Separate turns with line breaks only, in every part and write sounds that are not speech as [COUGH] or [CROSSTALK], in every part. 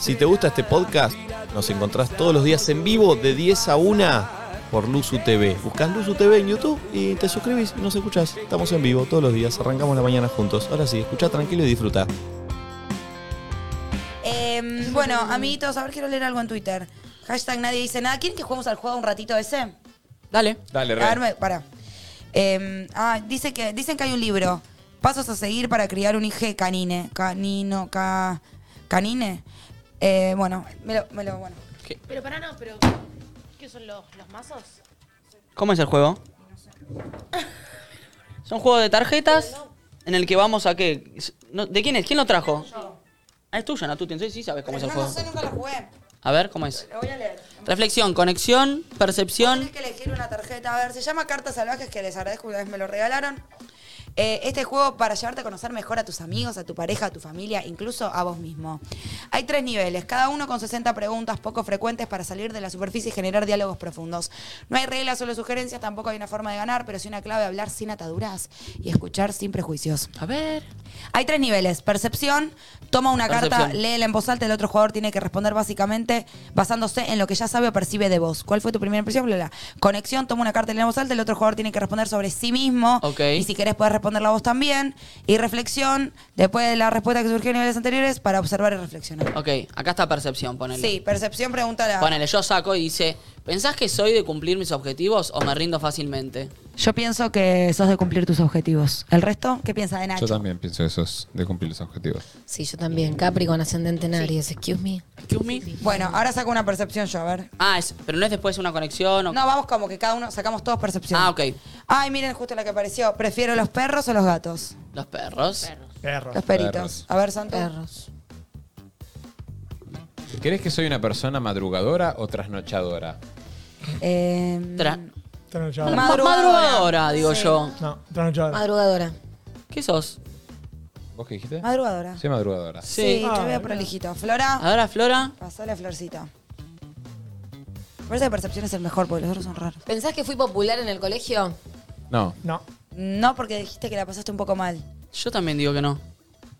Si te gusta este podcast, nos encontrás todos los días en vivo de 10 a 1 por Luzu TV. Buscás Luzu TV en YouTube y te suscribís y nos escuchás. Estamos en vivo todos los días, arrancamos la mañana juntos. Ahora sí, escucha tranquilo y disfruta.
Eh, bueno, amiguitos, a ver, quiero leer algo en Twitter. Hashtag nadie dice nada. ¿Quieren que juguemos al juego un ratito ese?
Dale.
Dale,
A ver, me- pará. Eh, ah, dice que, dicen que hay un libro. Pasos a seguir para criar un IG canine. Canino, ca, canine. Eh, bueno, me lo, me lo- bueno.
Pero para no, pero. ¿Qué son los, los mazos?
¿Cómo es el juego? Es un juego de tarjetas en el que vamos a qué. Es- no- ¿De quién es? ¿Quién lo trajo? Ah, es tuyo, Natuti. Entonces sí sabes cómo es el juego.
nunca lo jugué.
A ver, ¿cómo es?
Lo voy a leer.
Reflexión, conexión,
Tienes
percepción.
que elegir una tarjeta. A ver, se llama Cartas Salvajes, que les agradezco una vez me lo regalaron. Eh, este juego para llevarte a conocer mejor a tus amigos, a tu pareja, a tu familia, incluso a vos mismo. Hay tres niveles, cada uno con 60 preguntas poco frecuentes para salir de la superficie y generar diálogos profundos. No hay reglas, solo sugerencias, tampoco hay una forma de ganar, pero sí una clave de hablar sin ataduras y escuchar sin prejuicios.
A ver.
Hay tres niveles. Percepción, toma una carta,
Percepción.
léela en voz alta, el otro jugador tiene que responder básicamente basándose en lo que ya sabe o percibe de vos. ¿Cuál fue tu primera impresión? Bla, bla. Conexión, toma una carta, léela en voz alta, el otro jugador tiene que responder sobre sí mismo.
Ok.
Y si querés podés responderla vos también. Y reflexión, después de la respuesta que surgió en niveles anteriores, para observar y reflexionar.
Ok, acá está percepción, ponele.
Sí, percepción, pregunta la...
Ponele, yo saco y dice: ¿Pensás que soy de cumplir mis objetivos o me rindo fácilmente?
Yo pienso que sos de cumplir tus objetivos. ¿El resto? ¿Qué piensa de
Yo
Nacho?
también pienso eso, es de cumplir los objetivos.
Sí, yo también. Capri con ascendente en Aries, excuse me.
Excuse me.
Bueno, ahora saco una percepción yo, a ver.
Ah, es- pero no es después una conexión o.
No, vamos como que cada uno sacamos todos percepción.
Ah, ok.
Ay, miren justo la que apareció. ¿Prefiero los perros o los gatos?
Los perros.
Perro.
Los peritos.
Perros.
A ver, Santo.
Perros.
¿Crees que soy una persona madrugadora o trasnochadora?
Eh,
Tra-
Trasnochador.
Ma- Madrugadora.
Madrugadora, digo yo.
no, trasnochador.
Madrugadora.
¿Qué sos?
¿Vos qué dijiste?
madrugadora.
Soy madrugadora.
Sí,
Sí.
te
Ah,
veo
mira.
prolijito. Flora,
Ahora, Flora.
pasale a Florcita. Parece que percepción es el mejor porque los otros son raros.
¿Pensás que fui popular en el colegio?
No.
No.
No, porque dijiste que la pasaste un poco mal.
Yo también digo que no.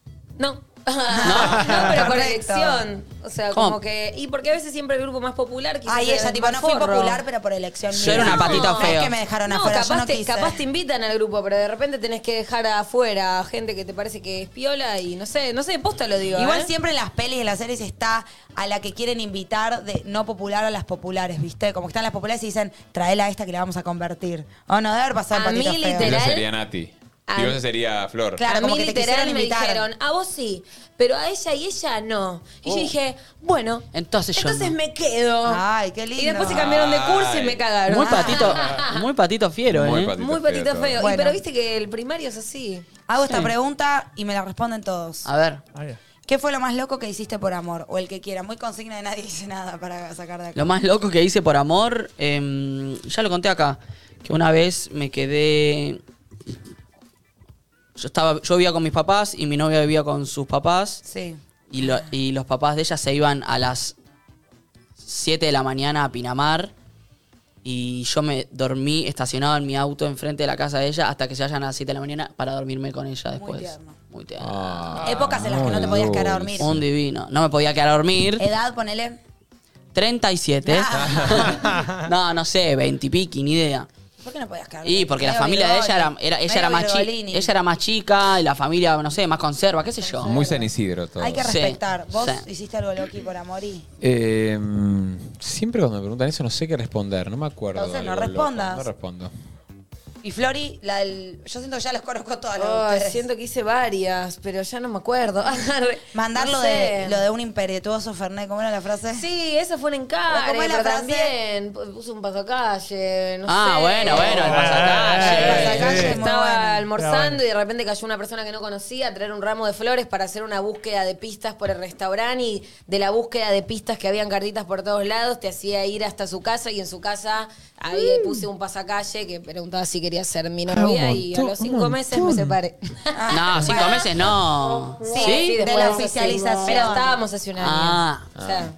[LAUGHS]
No. No, pero con
Correcto.
elección. O sea,
¿Cómo?
como que. Y porque a veces siempre el grupo más popular quizás.
Ay,
era
ella,
el
tipo,
más
no fui
forro.
popular, pero por elección.
Yo
libre.
era una patita
no,
fea.
Es que me dejaron
No,
afuera,
capaz,
yo no
te,
quise.
capaz te invitan al grupo, pero de repente tenés que dejar afuera a gente que te parece que es piola y no sé, no sé, posta lo digo.
Igual
¿eh?
siempre en las pelis y en las series está a la que quieren invitar de no popular a las populares, ¿viste? Como que están las populares y dicen, traela a esta que la vamos a convertir. O no, debe haber pasado
A
patitas
mí,
feas.
literal,
Yo sería Nati.
Ah.
Y vos sería Flor.
Claro,
a
como
mí
que te
literal
quisieron
me
invitar.
dijeron, a vos sí, pero a ella y ella no. Y
Oh.
yo dije, bueno,
Entonces yo
entonces
no.
me quedo.
Ay, qué lindo.
Y después se cambiaron de curso y
Ay.
me cagaron.
Muy
[LAUGHS]
patito, muy patito fiero,
Muy
¿eh?
patito.
Muy patito
feo todo.
feo. Y
Bueno.
pero viste que el primario es así.
Hago esta
Sí.
pregunta y me la responden todos.
A ver,
Ah, bien.
¿Qué fue lo más loco que hiciste por amor? O el que quiera. Muy consigna de nadie dice nada para sacar de acá.
lo más loco que hice por amor, em, ya lo conté acá, que una vez me quedé... Yo, estaba, yo vivía con mis papás y mi novia vivía con sus papás
Sí.
y, lo- y los papás de ella se iban a las 7 de la mañana a Pinamar y yo me dormí estacionado en mi auto enfrente de la casa de ella hasta que se vayan a las 7 de la mañana para dormirme con ella después.
tierno.
Muy tierno.
Ah,
Épocas en las que no te podías quedar a dormir.
Un divino. No me podía quedar a dormir.
Edad, ponele.
37. ¿eh? no, no sé, 20 y piqui, ni idea.
¿Por qué no podías quedar?
Y porque la
Medio
familia de ella era,
Bigoli,
era- ella
medio
era más chica.
Bigolini.
Ella era más chica, y la familia, no sé, más conserva, qué sé yo.
Muy San Isidro todo.
Hay que
Sí,
respetar. Vos
sí.
hiciste algo loqui por amor y...
Eh, mm, siempre cuando me preguntan eso no sé qué responder, no me acuerdo.
Entonces,
de
no
algo loco.
respondas.
No respondo.
Y Flori, la del. Yo siento que ya los conozco todas las de
Ay,
ustedes.
siento que hice varias, pero ya no me acuerdo. [LAUGHS]
Mandar
No
lo,
sé.
de, lo de un impetuoso Fernet, ¿cómo era la frase?
Sí, esa fue un
Pero
encare,
¿cómo es la
pero
frase?
también puso un pasacalle, no
Ah,
sé.
bueno, bueno, el pasacalle.
El pasacalle
Sí.
es
muy
Estaba
bueno.
Está
almorzando
bueno.
y de repente cayó una persona que no conocía a traer un ramo de flores para hacer una búsqueda de pistas por el restaurante y de la búsqueda de pistas que habían cartitas por todos lados te hacía ir hasta su casa y en su casa ahí
Mm.
le puse un pasacalle que preguntaba si quería ser mi
Ah,
novia y a los cinco meses me separé.
No, cinco meses no.
Sí,
¿Sí?
de
después
la
hace cinco.
oficialización.
Pero estábamos hace un año.
Ah.
O sea,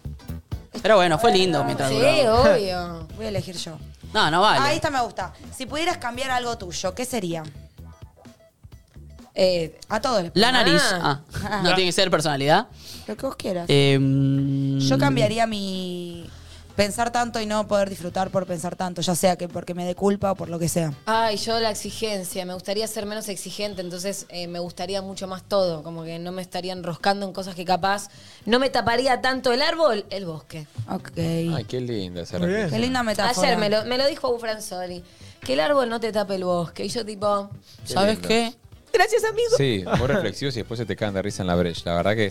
Pero bueno, fue lindo mientras
sí,
duró.
obvio.
[LAUGHS] Voy a elegir yo.
No, no
Ah,
vale.
esta me gusta. Si pudieras cambiar algo tuyo, ¿qué sería?
Eh,
A todos. les-
La Ah, nariz.
Ah.
Ah.
Ah, no tiene que ser personalidad.
Lo que vos quieras.
Em,
Yo cambiaría mi pensar tanto y no poder disfrutar por pensar tanto, ya sea que porque me dé culpa o por lo que sea.
Ay, yo la exigencia, me gustaría ser menos exigente, entonces eh, me gustaría mucho más todo, como que no me estaría enroscando en cosas que capaz no me taparía tanto el árbol, el bosque.
Ok.
Ay, qué linda esa
Muy bien.
reflexión.
Qué linda metáfora.
Ayer me lo, me lo dijo Bufranzoli, que el árbol no te tape el bosque, y yo tipo,
¿Sabes
lindo.
qué?
gracias amigo.
Sí, vos reflexivos y después se te caen de risa en la brecha. La verdad que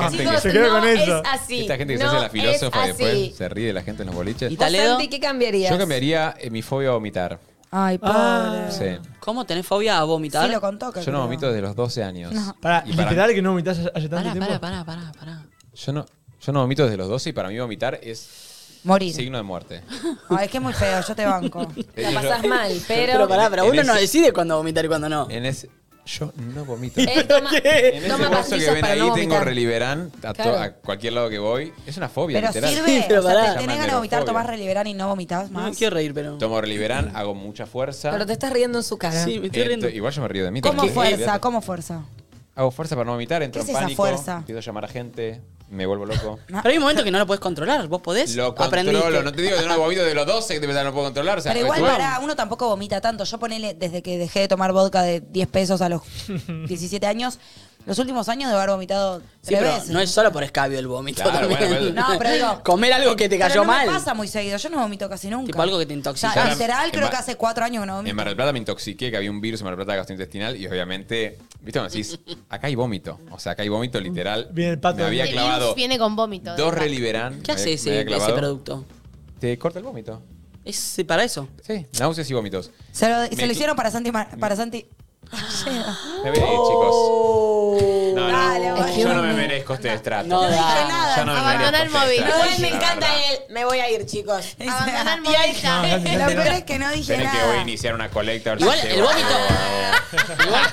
está.
[LAUGHS]
¡No!
Esta gente que-
Ah, Chicos,
Se queda
no
con eso.
es así.
Esta gente que se
no
hace la filósofa y
es
después
así.
se ríe de la gente en los boliches.
¿Y
¿Vos,
Toledo?
Santi, ¿qué cambiarías?
Yo cambiaría eh, mi fobia a vomitar.
Ay, pobre.
Sí.
¿Cómo tenés fobia a vomitar?
Sí, lo contó. que
Yo no
creo.
vomito desde los 12 años.
Para,
Y para-
literal que no vomitas hace tanto
Pará,
tiempo.
pará,
Ah,
pará, pará, pará.
Yo no, yo no vomito desde los 12 y para mí vomitar es
Morir.
signo de
[LAUGHS]
muerte.
[LAUGHS] Ay, es que es muy feo, yo te banco.
La
[LAUGHS] Eh, yo-
pasás mal, pero...
Pero pará, pero
en
uno no
ese-
decide cuándo vomitar y cuándo no.
En ese, yo no vomito.
Eh, toma,
En ese
toma
bolso que
pastillas
ven
para
ahí
no
tengo
vomitar.
reliberán a, to-
Claro.
a cualquier lado que voy. Es una fobia,
Pero
literal.
sirve.
Sí, pero
o sea,
pará.
te tenés
Llaman
ganas de vomitar,
aerofobia.
tomás reliberán y no vomitas
No
más.
quiero reír, pero.
Tomo reliberán, hago mucha fuerza.
Pero te estás riendo en su cara.
Sí, me estoy
Ento-
riendo.
Igual yo me río de mí.
¿Cómo
también.
fuerza? ¿Cómo fuerza?
Hago fuerza para no vomitar, entro
¿Qué es
en
esa
pánico.
fuerza?
Empiezo a llamar a gente, me vuelvo
[LAUGHS]
loco.
Pero hay un momento que no lo puedes controlar. Vos podés.
Lo
Aprendiste.
controlo, no te digo que no vomito de los 12 que de verdad no puedo controlar. O sea,
Pero igual,
retuve-
pará, uno tampoco vomita tanto. Yo ponele, desde que dejé de tomar vodka de 10 pesos
[LAUGHS]
a los 17 años, los últimos años debo haber vomitado
Sí,
tres
pero
veces.
no es solo por escabio el vómito.
Claro,
también.
bueno,
pero- No, pero digo-
Comer algo que te
Pero
cayó
no
mal.
me pasa muy seguido, yo no vomito casi nunca.
Tipo algo que te
O sea,
intoxica.
Claro.
literal,
En
creo
Mar-
que hace cuatro años que no
En
vomito.
Mar del Plata me intoxiqué que había un virus en Mar del Plata gastrointestinal y obviamente, viste cuando decís, acá hay vómito. O sea, acá hay vómito literal.
Viene el pato.
Me había
El
clavado
virus viene con vómito.
dos
de verdad.
reliberán.
¿Qué
me
hace
había- me
ese,
había
ese
clavado.
producto?
Te corta el vómito.
¿Es para eso?
Sí, náuseas y vómitos.
Se lo, se
Me-
lo hicieron para Santi. Mar- Para Santi. [LAUGHS]
Me veis, chicos. No, no.
Dale, bueno.
yo no me merezco este destrato.
No,
No dije
da.
nada.
Yo no me
Abandona
merezco
el
este
móvil.
destrato,
Igual
la verdad.
él. Me voy a ir, chicos.
Abandoná el
[LAUGHS] Y ahí-
movista.
[LAUGHS] Lo peor es que no dije
Tenés
nada.
que voy a iniciar una colecta. a ver si
Igual
llego
el
a-
vómito. igual,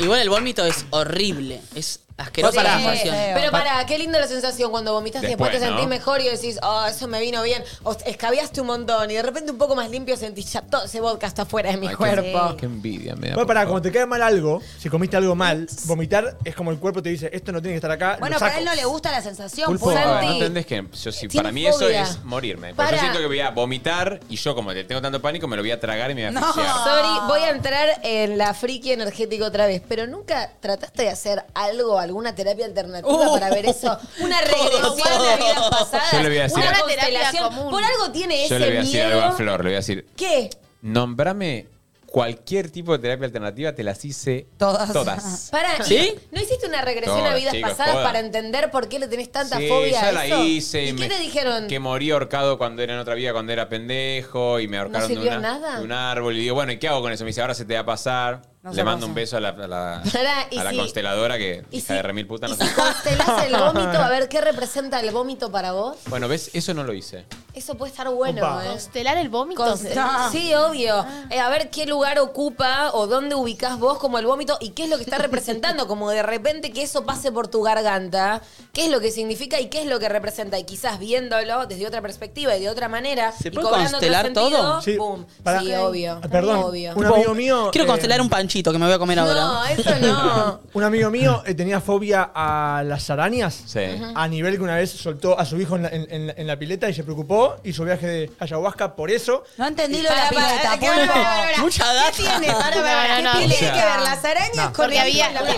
igual el vómito es horrible. Es asquerosa
Sí,
la
sí,
sensación.
sí.
Pero pará, qué linda la sensación cuando vomitas y después te
Después, ¿no?
sentís mejor y decís, oh, eso me vino bien. O escabiaste un montón y de repente un poco más limpio sentís, ya todo ese vodka está fuera de mi
Ay,
cuerpo.
Qué envidia me
Bueno,
da. por
pará,
favor.
cuando te cae mal algo, si comiste algo mal, vomitar es como el cuerpo te dice, esto no tiene que estar acá.
Bueno,
lo
pero
saco.
a él no le gusta la sensación.
Pulpo.
pues,
A ver,
Santi.
no entendés que yo, si,
Tiene
para mí
fobia.
eso es morirme. Porque
Para.
yo siento que voy a vomitar y yo, como le tengo tanto pánico, me lo voy a tragar y me voy a
No.
asfixiar.
Sorry, voy a entrar en la friki energética otra vez, pero nunca trataste de hacer algo, alguna terapia alternativa
Oh.
para ver eso. Una regresión a vidas pasadas.
Yo le voy a decir-
una
Una
terapia
constelación.
común.
Por algo tiene
Yo
ese
le voy a decir algo a
miedo.
Flor, le voy a decir,
¿Qué?
nombrame cualquier tipo de terapia alternativa, te las hice
Todas.
todas.
Para,
¿Sí?
¿No hiciste una regresión
No,
a vidas
chicos,
pasadas
joda.
para entender por qué le tenés tanta
Sí,
fobia
ya
a
la
eso?
hice.
¿Y
me-
qué te dijeron?
Que morí ahorcado cuando era en otra vida, cuando era pendejo, y me ahorcaron de,
sirvió
una-
nada?
de un árbol. Y digo, bueno, ¿y qué hago con eso? Me dice, ahora se te va a pasar.
No
le
se
mando
pasa.
un beso a la, a la-
[LAUGHS] Pará, y
a la
si-
consteladora que
¿Y
hija de remil puta.
y
No
si
sé.
constelás el vómito, a ver qué representa el vómito para vos.
Bueno, ¿ves? Eso no lo hice.
Eso puede estar bueno,
Opa.
¿eh?
Constelar el vómito.
Conste- Sí, obvio. Eh, a ver qué lugar ocupa o dónde ubicás vos como el vómito y qué es lo que está representando. Como de repente que eso pase por tu garganta, qué es lo que significa y qué es lo que representa. Y quizás viéndolo desde otra perspectiva y de otra manera.
¿Se
y
puede
cobrando
constelar
otro sentido,
todo?
Sí,
boom.
para-
Sí, obvio.
Ah, Perdón,
Obvio.
un amigo mío...
Quiero
eh,
constelar un panchito que me voy a comer
No,
ahora.
eso no.
[LAUGHS] Un amigo mío eh, tenía fobia a las arañas.
Sí.
A nivel que una vez soltó a su hijo en la, en- en la- en la pileta y se preocupó, hizo viaje de ayahuasca por eso.
No entendí lo de la
Pará, pará,
pileta,
pará, pará,
pulpo.
pará, pará.
Mucha data. [LAUGHS]
¿Qué tiene? Pará, pará,
No, no,
¿Qué
no.
tiene
O sea,
que ver las arañas con
Porque
el-
había,
la-
había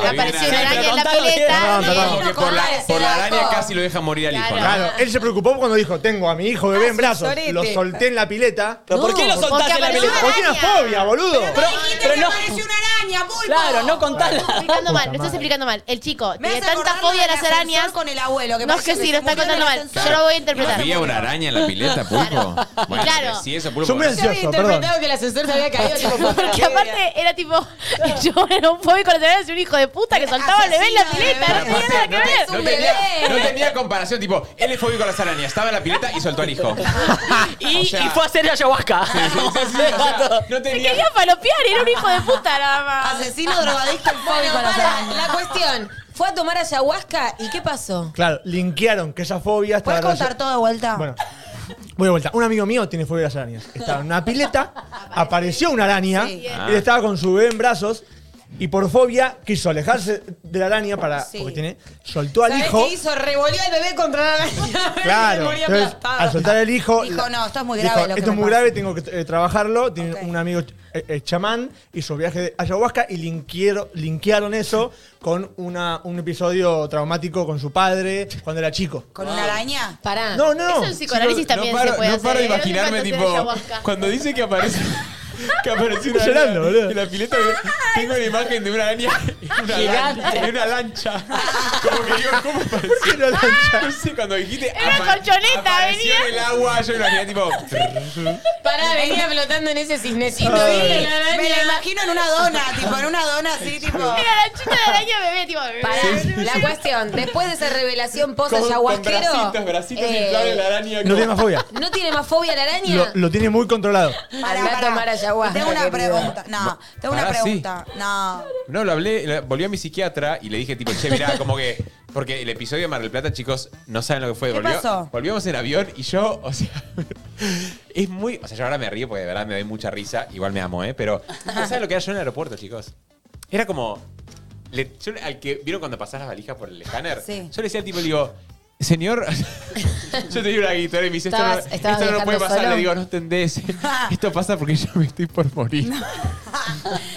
una
apareció una araña en la
araña.
pileta.
Perdón, perdón.
Eh,
Porque por la,
contale,
por la
Seraco.
araña casi lo deja morir al hijo.
Claro.
¿no?
Claro, él se preocupó cuando dijo, tengo a mi hijo bebé en brazos,
sorete.
lo solté en la pileta.
¿Pero por qué lo
No,
soltaste en la
apareció
película?
¿Por qué una
araña.
fobia, boludo?
Pero, pero no.
una araña, pulpo!
Claro, no contala.
Puta
explicando mal, lo estás
madre.
explicando mal. El chico
Me
tiene
hace
tanta
acordar
fobia a
del
las
ascensor
arañas.
con el abuelo. Que
No, es
parece
que sí,
se
lo está
murió en el
contando mal.
ascensor.
Yo lo voy a interpretar.
Había una araña en la pileta, pulpo. Bueno,
Claro.
Si eso, pulpo.
Yo me
bueno.
Yo había
ansioso, perdón.
interpretado que el ascensor
[LAUGHS]
se había caído. tipo,
Porque aparte era tipo, yo era un fobio con las arañas y un hijo de puta que soltaba el bebé en la
Asesino de
pileta. No
bebés.
tenía nada que ver.
No
Un
tenía,
bebé.
no tenía comparación, tipo, él es fóbico a las arañas, estaba en la pileta y soltó al hijo.
Y,
O sea-
y fue a hacer
[LAUGHS]
ayahuasca.
No
Se
tenía.
quería palopear, era un
[LAUGHS]
hijo de puta
[LAUGHS]
nada más.
Asesino, drogadicto, y
Bueno,
fóbico a las
para,
arañas.
la cuestión, fue a tomar ayahuasca y ¿qué pasó?
Claro, linkearon que esa fobia estaba...
¿Puedes contar
relacion-
todo de vuelta?
Bueno, voy de vuelta. Un amigo mío tiene fobia a
[LAUGHS]
las arañas. Estaba en una pileta, apareció una araña,
Sí.
él estaba con su bebé en brazos,
Y por fobia quiso alejarse de la araña para.
Sí.
Porque tiene. Soltó al
¿Sabés
hijo.
qué hizo? [LAUGHS] Revolvió al bebé contra la [LAUGHS] araña.
Claro.
Moría
Entonces,
aplastado.
al soltar el hijo.
Dijo,
la-
no, esto es muy grave lo que
esto
me
es muy
pasa".
grave, tengo que eh, trabajarlo. Tiene
Ok.
un amigo eh, eh, chamán, hizo viaje de ayahuasca y linkearon, linkearon eso con una, un episodio traumático con su padre cuando era chico.
¿Con una araña?
Pará.
No, no, no.
Ah, Eso en psicoanálisis también
no paro,
se puede
no
hacer.
paro de
¿eh? No hace
imaginarme,
falta hacer
tipo,
ayahuasca.
cuando dice que
[LAUGHS]
aparece. Que apareció una
Estoy llorando,
araña
boludo.
en la pileta. ¿eh? Tengo una imagen de una araña en una, lan- en una lancha. Como que digo, ¿cómo apareció
Era la-
No sé, cuando dijiste.
Era
apa-
colchoneta,
apareció
venía.
en el agua, yo imaginé tipo.
Pará, venía flotando en ese cisnecito. ¿viste? La araña.
Me la imagino en una [LAUGHS] dona, tipo, en una dona así, tipo.
Era la chita de araña bebé, tipo.
Pará, la cuestión, después de esa revelación post
Con, con
ayahuasquero.
bracitos, bracitos
eh,
inflables la araña.
No tiene más fobia.
¿No tiene más fobia la araña?
Lo, lo tiene muy controlado.
Pará,
Andá a
pará.
tomar ayahuasca,
Tengo una
querida.
pregunta. No, tengo una
Pará, sí.
pregunta. No.
No, lo hablé, lo- volví a mi psiquiatra y le dije, tipo, che, mirá, como que. Porque el episodio de Mar del Plata, chicos, no saben lo que fue.
¿Qué
Volvió-
pasó?
Volvíamos en avión y yo, o sea. [LAUGHS] Es muy. O sea, yo ahora me río porque de verdad me doy mucha risa. Igual me amo, ¿eh? Pero. ¿No saben lo que era yo en el aeropuerto, chicos? Era como. le- yo al que. ¿Vieron cuando pasás las valijas por el escáner?
Sí.
Yo le decía al tipo, le digo. Señor, [LAUGHS] yo tenía una guitarra y me dice, esto,
Estabas-
no-
estabas
esto no puede
viajando
pasar.
solo.
Le digo, no entendés. [LAUGHS] Esto pasa porque yo me estoy por
[LAUGHS]
morir.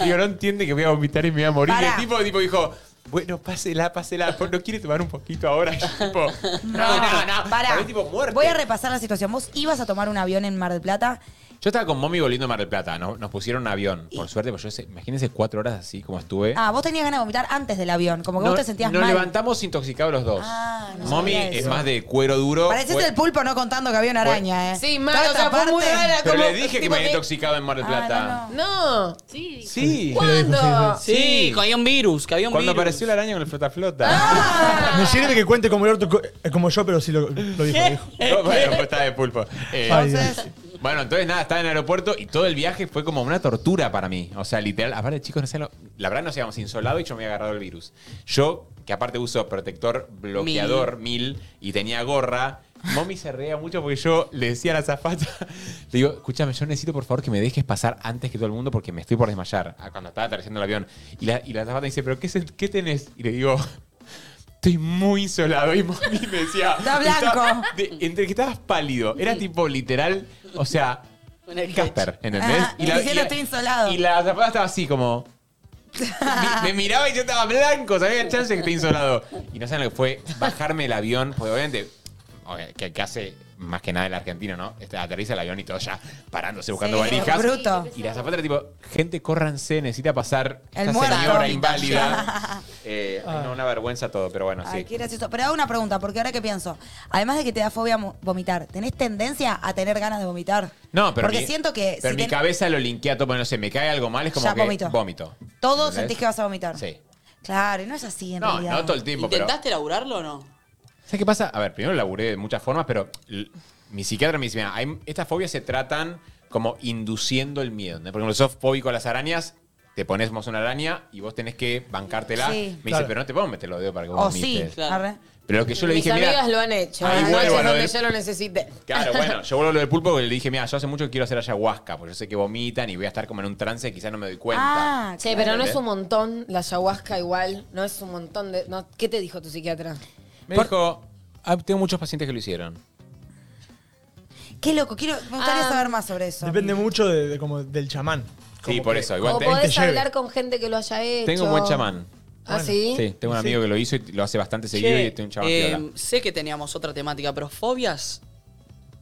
Digo, no entiende que voy a vomitar y me voy a morir. Y
Pará.
el tipo, tipo dijo, bueno, pásela, pásela. [LAUGHS] por- ¿No quiere tomar un poquito ahora? Y yo, tipo, no, no, Ah, no.
Pará.
Hablé tipo muerte.
Voy a repasar la situación. Vos ibas a tomar un avión en Mar del Plata.
yo estaba con mommy volviendo a Mar del Plata. Nos, nos pusieron un avión, por suerte. Porque yo, sé- imagínense cuatro horas así como estuve.
Ah, vos tenías ganas de vomitar antes del avión. Como
¿Eh?
que
No-
vos te sentías
nos
mal.
levantamos intoxicados los dos.
Ah, no
mommy
sabía
es
eso.
más de cuero duro.
Pareces
Fue-
el pulpo no contando que había una araña, ¿eh?
Sí, mal,
Toda
o sea,
esta
fue muy
parte-
rara.
Pero
como-
le dije que
tipo
me había
que-
intoxicado en Mar del Plata.
Ah, no, no.
No.
Sí.
Sí.
¿Cuándo?
Sí, que había un virus, que había un
Cuando
virus.
apareció la araña con el flota flota.
Ah.
Me sirve que cuente como el orto, co- eh, como yo, pero sí lo, lo dijo. lo dijo.
[LAUGHS] No, bueno, pues está de pulpo. Eh,
Ay, Dios.
Entonces,
Bueno, entonces nada, estaba en el aeropuerto y todo el viaje fue como una tortura para mí. O sea, literal, aparte chicos, no sé, lo- la verdad nos íbamos insolado y yo me había agarrado el virus. Yo, que aparte uso protector bloqueador mil, y tenía gorra, mommy se reía mucho porque yo le decía a la zafata, [LAUGHS] le digo, escúchame, yo necesito por favor que me dejes pasar antes que todo el mundo porque me estoy por desmayar ah, cuando estaba aterrizando el avión. Y la, y la azafata dice, pero qué, sen- ¿qué tenés? Y le digo... [LAUGHS] Estoy muy insolado y mommy me
[LAUGHS]
decía...
Está blanco.
de- entre que estabas pálido, era tipo literal, o sea,
Un sketch.
Casper, ¿entendés?
Ah, diciendo, "Estoy insolado".
Y la zapada estaba así como.
[LAUGHS]
mi- me miraba y yo estaba blanco, sabía chance que esté insolado. Y no saben lo que fue bajarme el avión, porque obviamente, oye, que, que hace más que nada el argentino, ¿no? Este, aterriza el avión y todo ya parándose, buscando
Sí,
valijas.
bruto.
Y la zapata era tipo, gente, córranse, necesita pasar
El
esta
muerto.
señora
[LAUGHS]
inválida. Eh,
Ah.
ay, no, una vergüenza todo, pero bueno,
Ay,
sí.
qué gracioso. Pero hago una pregunta, porque ahora que pienso, además de que te da fobia mo- vomitar, ¿tenés tendencia a tener ganas de vomitar?
No, pero
Porque
mi-
siento que
Pero
si
mi
ten-
cabeza lo linkea todo, bueno, no sé, me cae algo mal, es como
Ya
que
vomito.
vómito.
todo
¿Entendés?
sentís que vas a vomitar.
Sí.
Claro, y no es así en
No,
realidad.
no todo el tiempo, pero.
¿Intentaste laburarlo o no?
¿Sabes qué pasa? A ver, primero laburé de muchas formas, pero l- mi psiquiatra me dice, mira, hay- estas fobias se tratan como induciendo el miedo. ¿no? Por ejemplo, sos fóbico a las arañas, te pones como una araña y vos tenés que bancártela.
Sí.
Me dice,
Claro.
pero no te podemos meter los dedos para que vos
O sí,
vomites.
Claro.
arre.
Pero lo que yo le
Oh, Mis
dije, mira.
amigas lo han hecho.
Ahí
Las
vuelvo
noches
a lo
donde
del-
yo lo necesité.
Claro, bueno, yo vuelvo a lo del pulpo porque le dije, mira, yo hace mucho que quiero hacer ayahuasca, porque yo sé que vomitan y voy a estar como en un trance y quizás no me doy cuenta.
Ah,
Che, pero no es un montón la ayahuasca igual. No es un montón de. No, ¿Qué te dijo tu psiquiatra?
Me dijo, "Ah, tengo muchos pacientes que lo hicieron.
Qué loco, quiero, me gustaría
Ah.
saber más sobre eso.
Depende mucho de, de como del chamán.
Sí,
Como
por
que-
eso. Igual
O
te-
podés
lleve.
hablar con gente que lo haya hecho.
tengo un buen chamán.
¿Ah, sí?
Sí, tengo un
Sí.
amigo que lo hizo y lo hace bastante seguido
Che,
y tengo un chamán
eh,
piola.
sé que teníamos otra temática, pero fobias.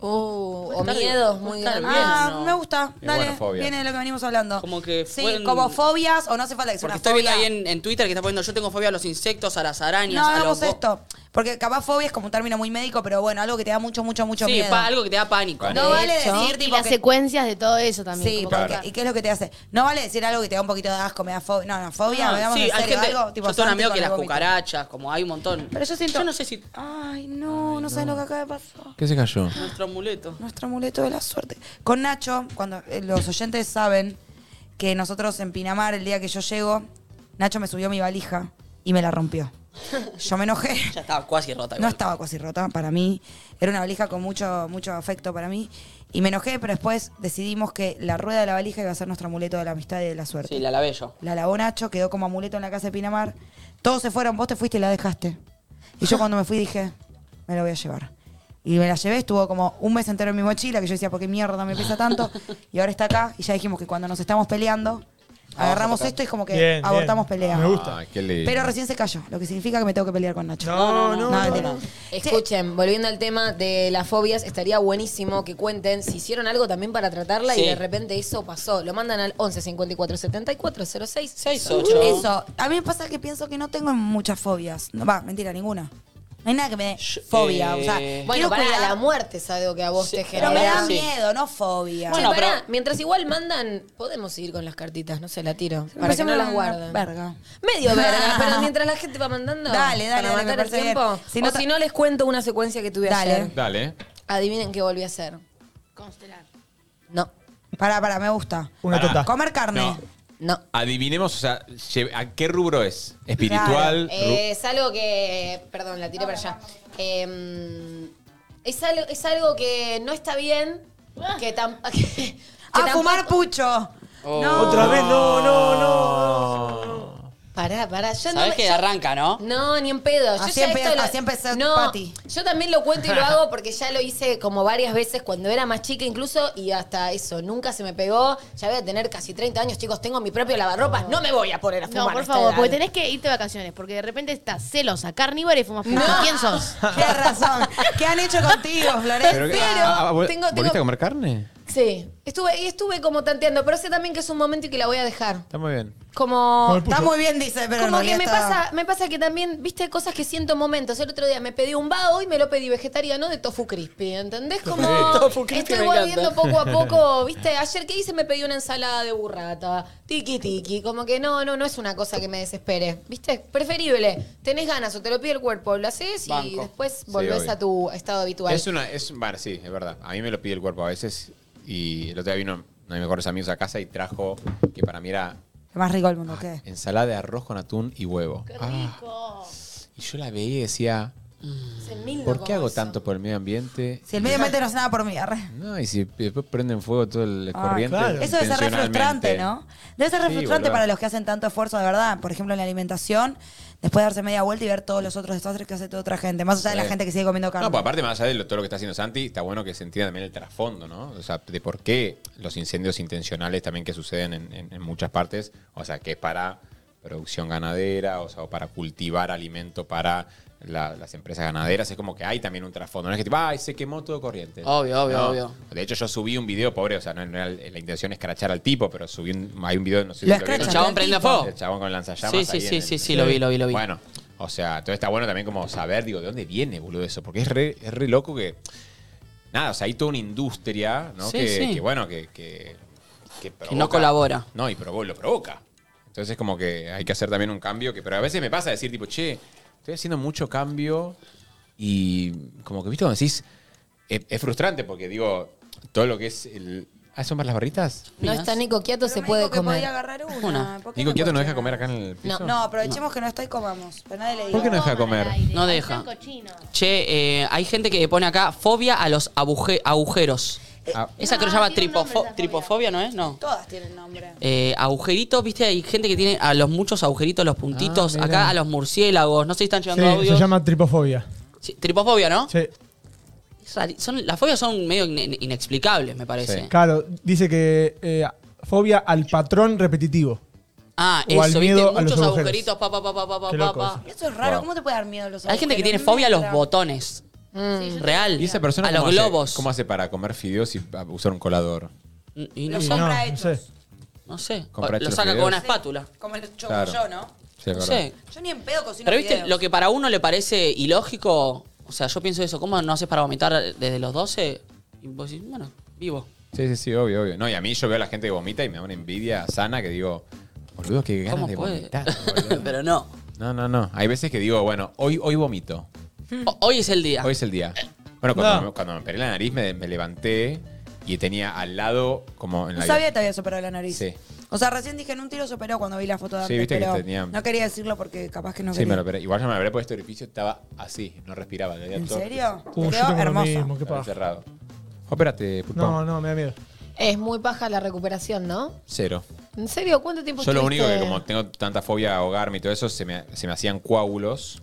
Uh, o
estar-
miedos
puede
muy
estar
grandes.
bien.
Ah,
¿no?
me gusta.
Es
Dale,
buena fobia.
viene de lo que venimos hablando.
Como que
Sí,
fueron-
como fobias o no hace falta que sea
Porque
una
estoy viendo
fobia.
ahí en, en Twitter que está poniendo yo tengo fobia a los insectos, a las arañas,
no pues,
a los
hagamos
bo-
esto, porque capaz fobia es como un término muy médico, pero bueno, algo que te da mucho, mucho, mucho
sí,
miedo.
pa- algo que te da pánico.
Pánico.
no
De
vale
hecho,
decir
Y
tipo
las
que-
secuencias de todo eso también.
Sí,
como
porque-
Claro.
¿y qué es lo que te hace? No vale decir algo que te da un poquito de asco, me da fobia. No, no, fobia,
No,
me da
Ah, sí, hay gente,
algo tipo
yo tengo un amigo que
Santi con
las
el vómito.
cucarachas, como hay un montón. Pero yo siento... Yo no sé si
Ay, no, no, sabes lo que acaba de pasar.
¿Qué se cayó?
nuestro amuleto.
Nuestro amuleto de la suerte. Con Nacho, cuando eh, los oyentes saben que nosotros en Pinamar, el día que yo llego, Nacho me subió mi valija y me la rompió. Yo me enojé.
Ya estaba casi rota.
No
igual.
estaba casi rota para mí. Era una valija con mucho, mucho afecto para mí. Y me enojé, pero después decidimos que la rueda de la valija iba a ser nuestro amuleto de la amistad y de la suerte.
Sí, la lavé yo.
La lavó Nacho, quedó como amuleto en la casa de Pinamar. Todos se fueron, vos te fuiste y la dejaste. Y
[LAUGHS]
yo cuando me fui dije, me la voy a llevar. Y me la llevé, estuvo como un mes entero en mi mochila, que yo decía, ¿por qué mierda me pesa tanto? Y ahora está acá, y ya dijimos que cuando nos estamos peleando, agarramos esto y es como que
Bien, bien.
abortamos pelea.
Me gusta.
Ah, qué lindo.
Pero recién se cayó, lo que significa que me tengo que pelear con Nacho.
No, no, no,
mentira.
no.
Escuchen, volviendo al tema de las fobias, estaría buenísimo que cuenten si hicieron algo también para tratarla
Sí.
y de repente eso pasó. Lo mandan al 11 54 74 06
68.
68.
Eso, a mí me pasa que pienso que no tengo muchas fobias. No, va, mentira, ninguna. No hay nada que me dé
Sh-
fobia.
eh,
o sea,
Bueno,
quiero
para
cuidar-
la muerte es algo que a vos
Sí,
te
pero
Pero
genera.
me da
Sí.
miedo, no fobia.
Bueno,
Bueno,
pero-
mientras igual mandan, podemos seguir con las cartitas, no se la tiro.
Me
Para
parece
que no
una
las guarden.
Verga.
Medio
[LAUGHS]
verga, pero mientras la gente va mandando.
Dale, dale,
Para
dale, me
matar el
parece bien.
tiempo.
Si no
o
ta-
si no, les cuento una secuencia que tuve
Dale.
ayer.
Dale. ¿eh?
Adivinen qué volví a hacer.
Constelar.
No,
Pará, pará, me gusta.
Una
Pará.
tota.
Ah. Comer carne.
No.
no.
Adivinemos, o sea, lle- ¿a qué rubro es? ¿Espiritual?
Eh,
Ru-
es algo que. Perdón, la tiré para allá. Eh, es, algo, es algo que no está bien. Que, tam- [LAUGHS] que- que
A
tampoco-
Ah. fumar pucho. No.
Otra vez, no, no, no.
Pará, pará. Yo no
Sabés
me-
que
yo-
arranca, ¿no?
No, ni en pedo. Yo
Así
ya
empe-
esto lo-
así empezó
no,
Pati.
Yo también lo cuento
[LAUGHS]
y lo hago porque ya lo hice como varias veces cuando era más chica incluso y hasta eso, nunca se me pegó. Ya voy a tener casi 30 años, chicos, tengo mi propio lavarropas, no me voy a poner a fumar.
No,
a
por
esta
favor,
edad.
porque tenés que irte de vacaciones, porque de repente estás celosa, carnívora y fumas pucho. ¿Quién
[LAUGHS]
sos?
Qué razón. ¿Qué han hecho contigo,
Pero-
Florencia?
ah, ah, vol-
tengo- tengo-
¿Volviste a comer carne?
Sí, estuve y estuve como tanteando, pero sé también que es un momento y que la voy a dejar.
Está muy bien.
Como
Con el
Está muy bien, dice, pero
Como
en
que me
realidad está-
pasa, me pasa que también, viste, cosas que siento momentos. El otro día me pedí un bao y me lo pedí vegetariano de tofu crispy. ¿Entendés? Como
Tofu crispy
estoy
me encanta.
volviendo poco a
[LAUGHS]
poco, viste, ayer que hice me pedí una ensalada de burrata. Tiki tiki. Como que no, no, no es una cosa que me desespere. ¿Viste? Preferible. Tenés ganas o te lo pide el cuerpo, lo haces y
Banco.
después
Sí,
volvés
obvio.
a tu estado habitual.
Es una, es, bueno, sí, es verdad. A mí me lo pide el cuerpo a veces. Y el otro día vino uno de mis mejores amigos a casa y trajo, que para mí era
Lo más rico del mundo, ¿qué?
ensalada de arroz con atún y huevo.
Qué
Ah,
rico.
y yo la veía y decía,
Hace mil no
¿por qué
como
hago
eso.
tanto por el medio ambiente?
Si el medio ambiente no hace nada por mí, arre.
No, y si después prenden fuego todo el
Ah,
corriente.
claro.
Eso debe ser re
intencionalmente.
frustrante, ¿no? Debe ser re
Sí,
frustrante
boluda.
para los que hacen tanto esfuerzo, de verdad. Por ejemplo, en la alimentación, después de darse media vuelta y ver todos los otros desastres que hace toda otra gente. Más allá de la
Sí.
gente que sigue comiendo carne.
No, pues aparte, más allá de lo- todo lo que está haciendo Santi, está bueno que se entienda también el trasfondo, ¿no? O sea, de por qué los incendios intencionales también que suceden en, en- en muchas partes, o sea, que es para producción ganadera, o sea, o para cultivar alimento para la- las empresas ganaderas, es como que hay también un trasfondo, no es que tipo, ay, se quemó todo corriente.
Obvio, obvio,
No.
obvio.
De hecho, yo subí un video, pobre, o sea, no, no era- la intención es crachar al tipo, pero subí un, hay un video, no sé
Lo
si
escrachan.
vieron.
El chabón prende fuego.
El chabón con lanzallamas.
Sí, sí,
ahí
sí,
en-
sí, sí, lo vi, lo vi, lo vi.
Bueno, o sea, todo está bueno también como saber, digo, de dónde viene, boludo, eso. Porque es re, es re loco que. Nada, o sea, hay toda una industria, ¿no?
Sí,
que,
sí.
que, bueno, que. Que, que provoca-
colabora.
No, y provo- lo provoca. Entonces, como que hay que hacer también un cambio. que Pero a veces me pasa decir, tipo, che, estoy haciendo mucho cambio y como que, ¿viste? Cuando decís. Es, es frustrante porque, digo, todo lo que es el. ¿Ah, son para las barritas?
No está Nico Quieto,
Pero
se
me
puede
dijo que podía
comer.
agarrar
Una.
una. ¿Por qué
Nico, ¿quieto no deja
cuestiona?
comer acá en el piso?
No, aprovechemos que no está y comamos. Pero nadie le diga.
¿Por qué no deja comer?
No deja. Che, eh, hay gente que pone acá fobia a los abuje- agujeros.
Ah,
Esa
No,
creo que se llama
tiene un nombre
tripofo-
esa fobia.
tripofobia, ¿no es? No.
Todas tienen nombre.
Eh, agujeritos, viste, hay gente que tiene a los muchos agujeritos, los puntitos,
Ah, mira.
acá a los murciélagos, no sé si están llegando
Sí,
audios.
se llama tripofobia.
Sí, tripofobia, ¿no?
Sí.
Rari- Son, las fobias son medio ine- inexplicables, me parece.
Sí.
Claro, dice que eh, fobia al patrón repetitivo.
Ah,
O al
eso, viste,
miedo a los
muchos
agujeros.
agujeritos, pa, pa, pa, pa, pa,
Qué
pa,
loco
pa.
eso.
Eso es raro.
Wow.
¿Cómo te puede dar miedo a los
Hay gente que tiene
agujeros?
fobia a los
Mierda.
botones.
Mm.
Mm. Real.
¿Y esa persona
a
cómo
los
hace-
globos.
¿Cómo hace para comer fideos y a- usar un colador?
Y no
Los
sé,
No,
compra
no
hechos.
sé.
no sé.
Compraste
Lo
los
saca con
fideos.
una espátula.
Como el choco
Claro.
yo, ¿no?
Sí, es
No
verdad.
sé.
Yo ni en pedo cocino
Pero viste,
fideos.
lo que para uno le parece ilógico, o sea, yo pienso eso, ¿cómo no haces para vomitar desde los 12? Y vos decís, bueno, vivo.
Sí, sí, sí, obvio, obvio. No, y a mí yo veo a la gente que vomita y me da una envidia sana que digo, boludo, qué ganas
¿Cómo
de
puede? [LAUGHS]
vomitar. boludo".
Pero no.
No, no, no. Hay veces que digo, bueno, hoy, hoy vomito.
O- Hoy es el día.
Hoy es el día. Bueno, cuando,
No.
me, cuando me operé la nariz me, me levanté y tenía al lado como en la
No sabía que te había superado la nariz.
Sí.
O sea, recién dije en un tiro se operó cuando vi la foto de
Sí,
antes,
viste que
pero
tenía-
no quería decirlo porque capaz que no
Sí,
quería.
me lo operé. Igual yo me lo operé porque este orificio estaba así, no respiraba. tenía
¿En
todo-
serio? Te
Uh, yo
quedó
tengo lo
hermoso.
mismo, qué
estaba
paja.
cerrado. Opérate, pulpón.
No, no, me da miedo.
Es muy paja la recuperación, ¿no?
Cero.
¿En serio? ¿Cuánto tiempo
Yo lo único
estuviste?
que como tengo tanta fobia a ahogarme y todo eso, se me, se me hacían coágulos.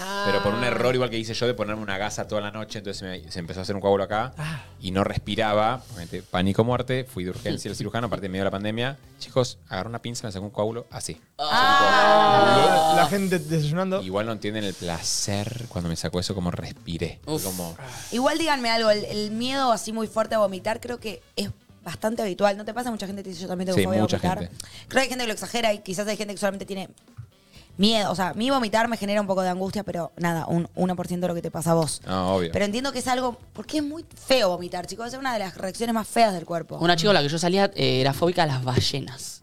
Ah.
Pero por un error igual que hice yo de ponerme una gasa toda la noche, entonces se me- se empezó a hacer un coágulo acá
Ah.
y no respiraba. obviamente, Pánico, muerte. Fui de urgencia al cirujano a partir de medio de la pandemia. Chicos, agarré una pinza, me sacó un coágulo así.
Ah.
Ah,
La gente desayunando.
Igual no entienden el placer cuando me sacó eso, como respiré. Fue Como,
Ah.
Igual díganme algo, el, el miedo así muy fuerte a vomitar creo que es bastante habitual. ¿No te pasa? Mucha gente te dice yo también tengo
Sí,
fobia a
mucha
vomitar.
gente.
Creo que hay gente que lo exagera y quizás hay gente que solamente tiene miedo. O sea, mi vomitar me genera un poco de angustia, pero nada, un 1% de lo que te pasa a vos.
no, obvio.
Pero entiendo que es algo, porque es muy feo vomitar, chicos. Es una de las reacciones más feas del cuerpo.
Una chica con la que yo salía eh, era fóbica a las ballenas.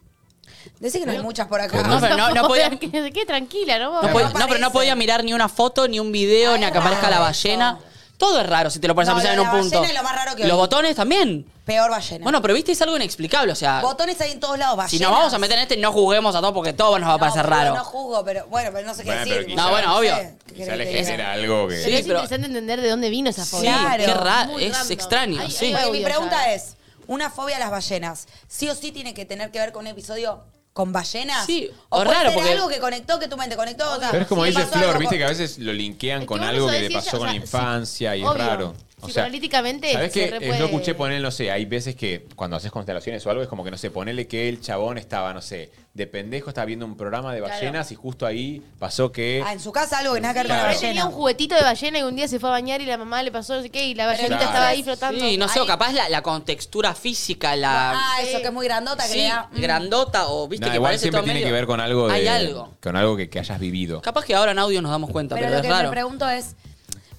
Decí que no hay muchas por acá.
No, pero no,
[LAUGHS]
no podía-
Que, que tranquila,
No,
¿no?
podía- no, pero
aparece.
no podía mirar ni una foto, ni un video, ni a que aparezca la
raro
ballena. Todo es raro si te lo pones a
No,
pensar en
lo de
un
la
punto.
ballena es lo más raro que
Los
oí.
botones también.
Peor ballena.
Bueno, pero viste, es algo inexplicable. O sea,
botones hay en todos lados, ballenas.
Ah. si nos vamos a meter en este, no juguemos a todo porque todo nos va a parecer
no,
raro.
No juzgo, pero bueno, pero no sé qué
Bueno, Ah, pero
decir.
quizá- No,
bueno, obvio.
sé, ¿qué
Quizá
querés
le
que diga?
genera algo que...
Pero es
pero-
interesante entender de dónde vino esa
Sí,
fobia.
qué
Claro.
raro.
Muy
Es
random.
extraño,
Ay,
sí.
ay,
Bueno,
ay.
mi
obvio,
pregunta
ya.
es, ¿una fobia a las ballenas sí o sí tiene que tener que ver con un episodio con ballenas?
Sí,
o,
o
puede
raro,
ser
porque-
algo que conectó, que tu mente conectó. o sea,
Pero es como
si le
dice
pasó
Flor,
algo
viste
con-
que a veces lo linkean
Es
con
que vos
algo
no
que
sabés
le
si ella-
pasó
o
con la
sea,
infancia y es
obvio.
raro. O sea,
Psicoanalíticamente
¿Sabes
se
qué?
re
Eh, Yo
puede-
escuché poner, no sé, hay veces que cuando haces constelaciones o algo es como que, no sé, ponele que el chabón estaba, no sé, de pendejo, estaba viendo un programa de ballenas y justo ahí pasó que...
Ah, en su casa algo que nada que ver con la
Claro.
Tenía
ballena.
un juguetito de ballena y un día se fue a bañar y la mamá le pasó no sé qué y la ballenita
Claro.
estaba ahí flotando.
Sí, no sé, o
Ahí-
capaz la, la contextura física, la.
Ah, eso que es muy grandota, que
sí,
le da... mm.
grandota o viste
Nah,
que
igual
parece
siempre
todo
tiene
medio-
que ver con algo de...
Hay algo.
Con algo que, que hayas vivido.
Capaz que ahora en audio nos damos cuenta,
Pero
pero,
lo
es
que me
raro.
pregunto es,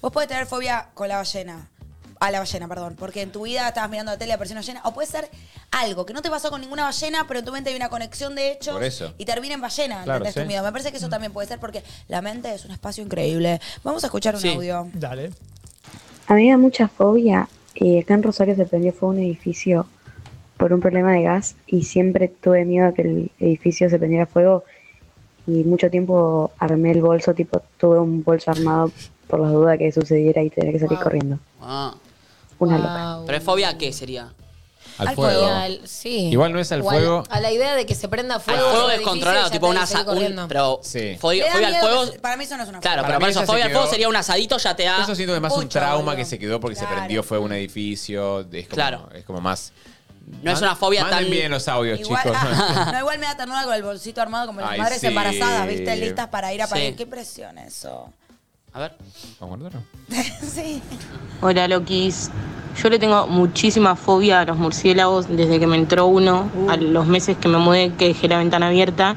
vos podés tener fobia con la ballena. A la ballena, perdón. Porque en tu vida estabas mirando la tele y apareció una ballena. O puede ser algo que no te pasó con ninguna ballena, pero en tu mente hay una conexión de hechos.
Por eso.
Y termina en ballena,
Claro,
¿entendés
sí.
tu miedo? Me parece que eso también puede ser porque la mente es un espacio increíble. Vamos a escuchar un
Sí.
audio.
Dale.
A mí me da mucha fobia. Eh, acá en Rosario se prendió fuego un edificio por un problema de gas y siempre tuve miedo a que el edificio se prendiera fuego y mucho tiempo armé el bolso, tipo tuve un bolso armado por las dudas que sucediera y tener que salir corriendo.
Ah,
Una loca.
pero es fobia a qué sería?
Al,
Al
fuego.
fuego.
Al- sí.
Igual no es al
O a la-
fuego.
A la idea de que se prenda
Al
fuego.
fuego
en el edificio y
descontrolado,
ya
tipo
tenés
un
que salir
asado.
corriendo.
Pero
Sí.
fobia,
Le da
fobia al
miedo
fuego.
que- para mí eso no es una
Claro,
Para
pero
mí
por eso
eso se
fobia al fuego
quedó-
sería un asadito, ya te da.
Eso siento que es más un
Mucho,
trauma
boludo.
que se quedó porque
Claro.
se prendió fue un edificio. Es como,
Claro.
Es como más...
No es una fobia
Manden
tan-
bien los audios,
Igual, [LAUGHS]
chicos. [LAUGHS]
ah, no, igual me da ternura con el bolsito armado como las
Ay,
madres
sí.
embarazadas, ¿viste? Listas para ir a
Sí.
parir. Qué presión eso.
A ver.
¿Vamos a guardarlo?
sí.
Hola Lokis, yo le tengo muchísima fobia a los murciélagos desde que me entró uno,
Uh.
a los meses que me mudé que dejé la ventana abierta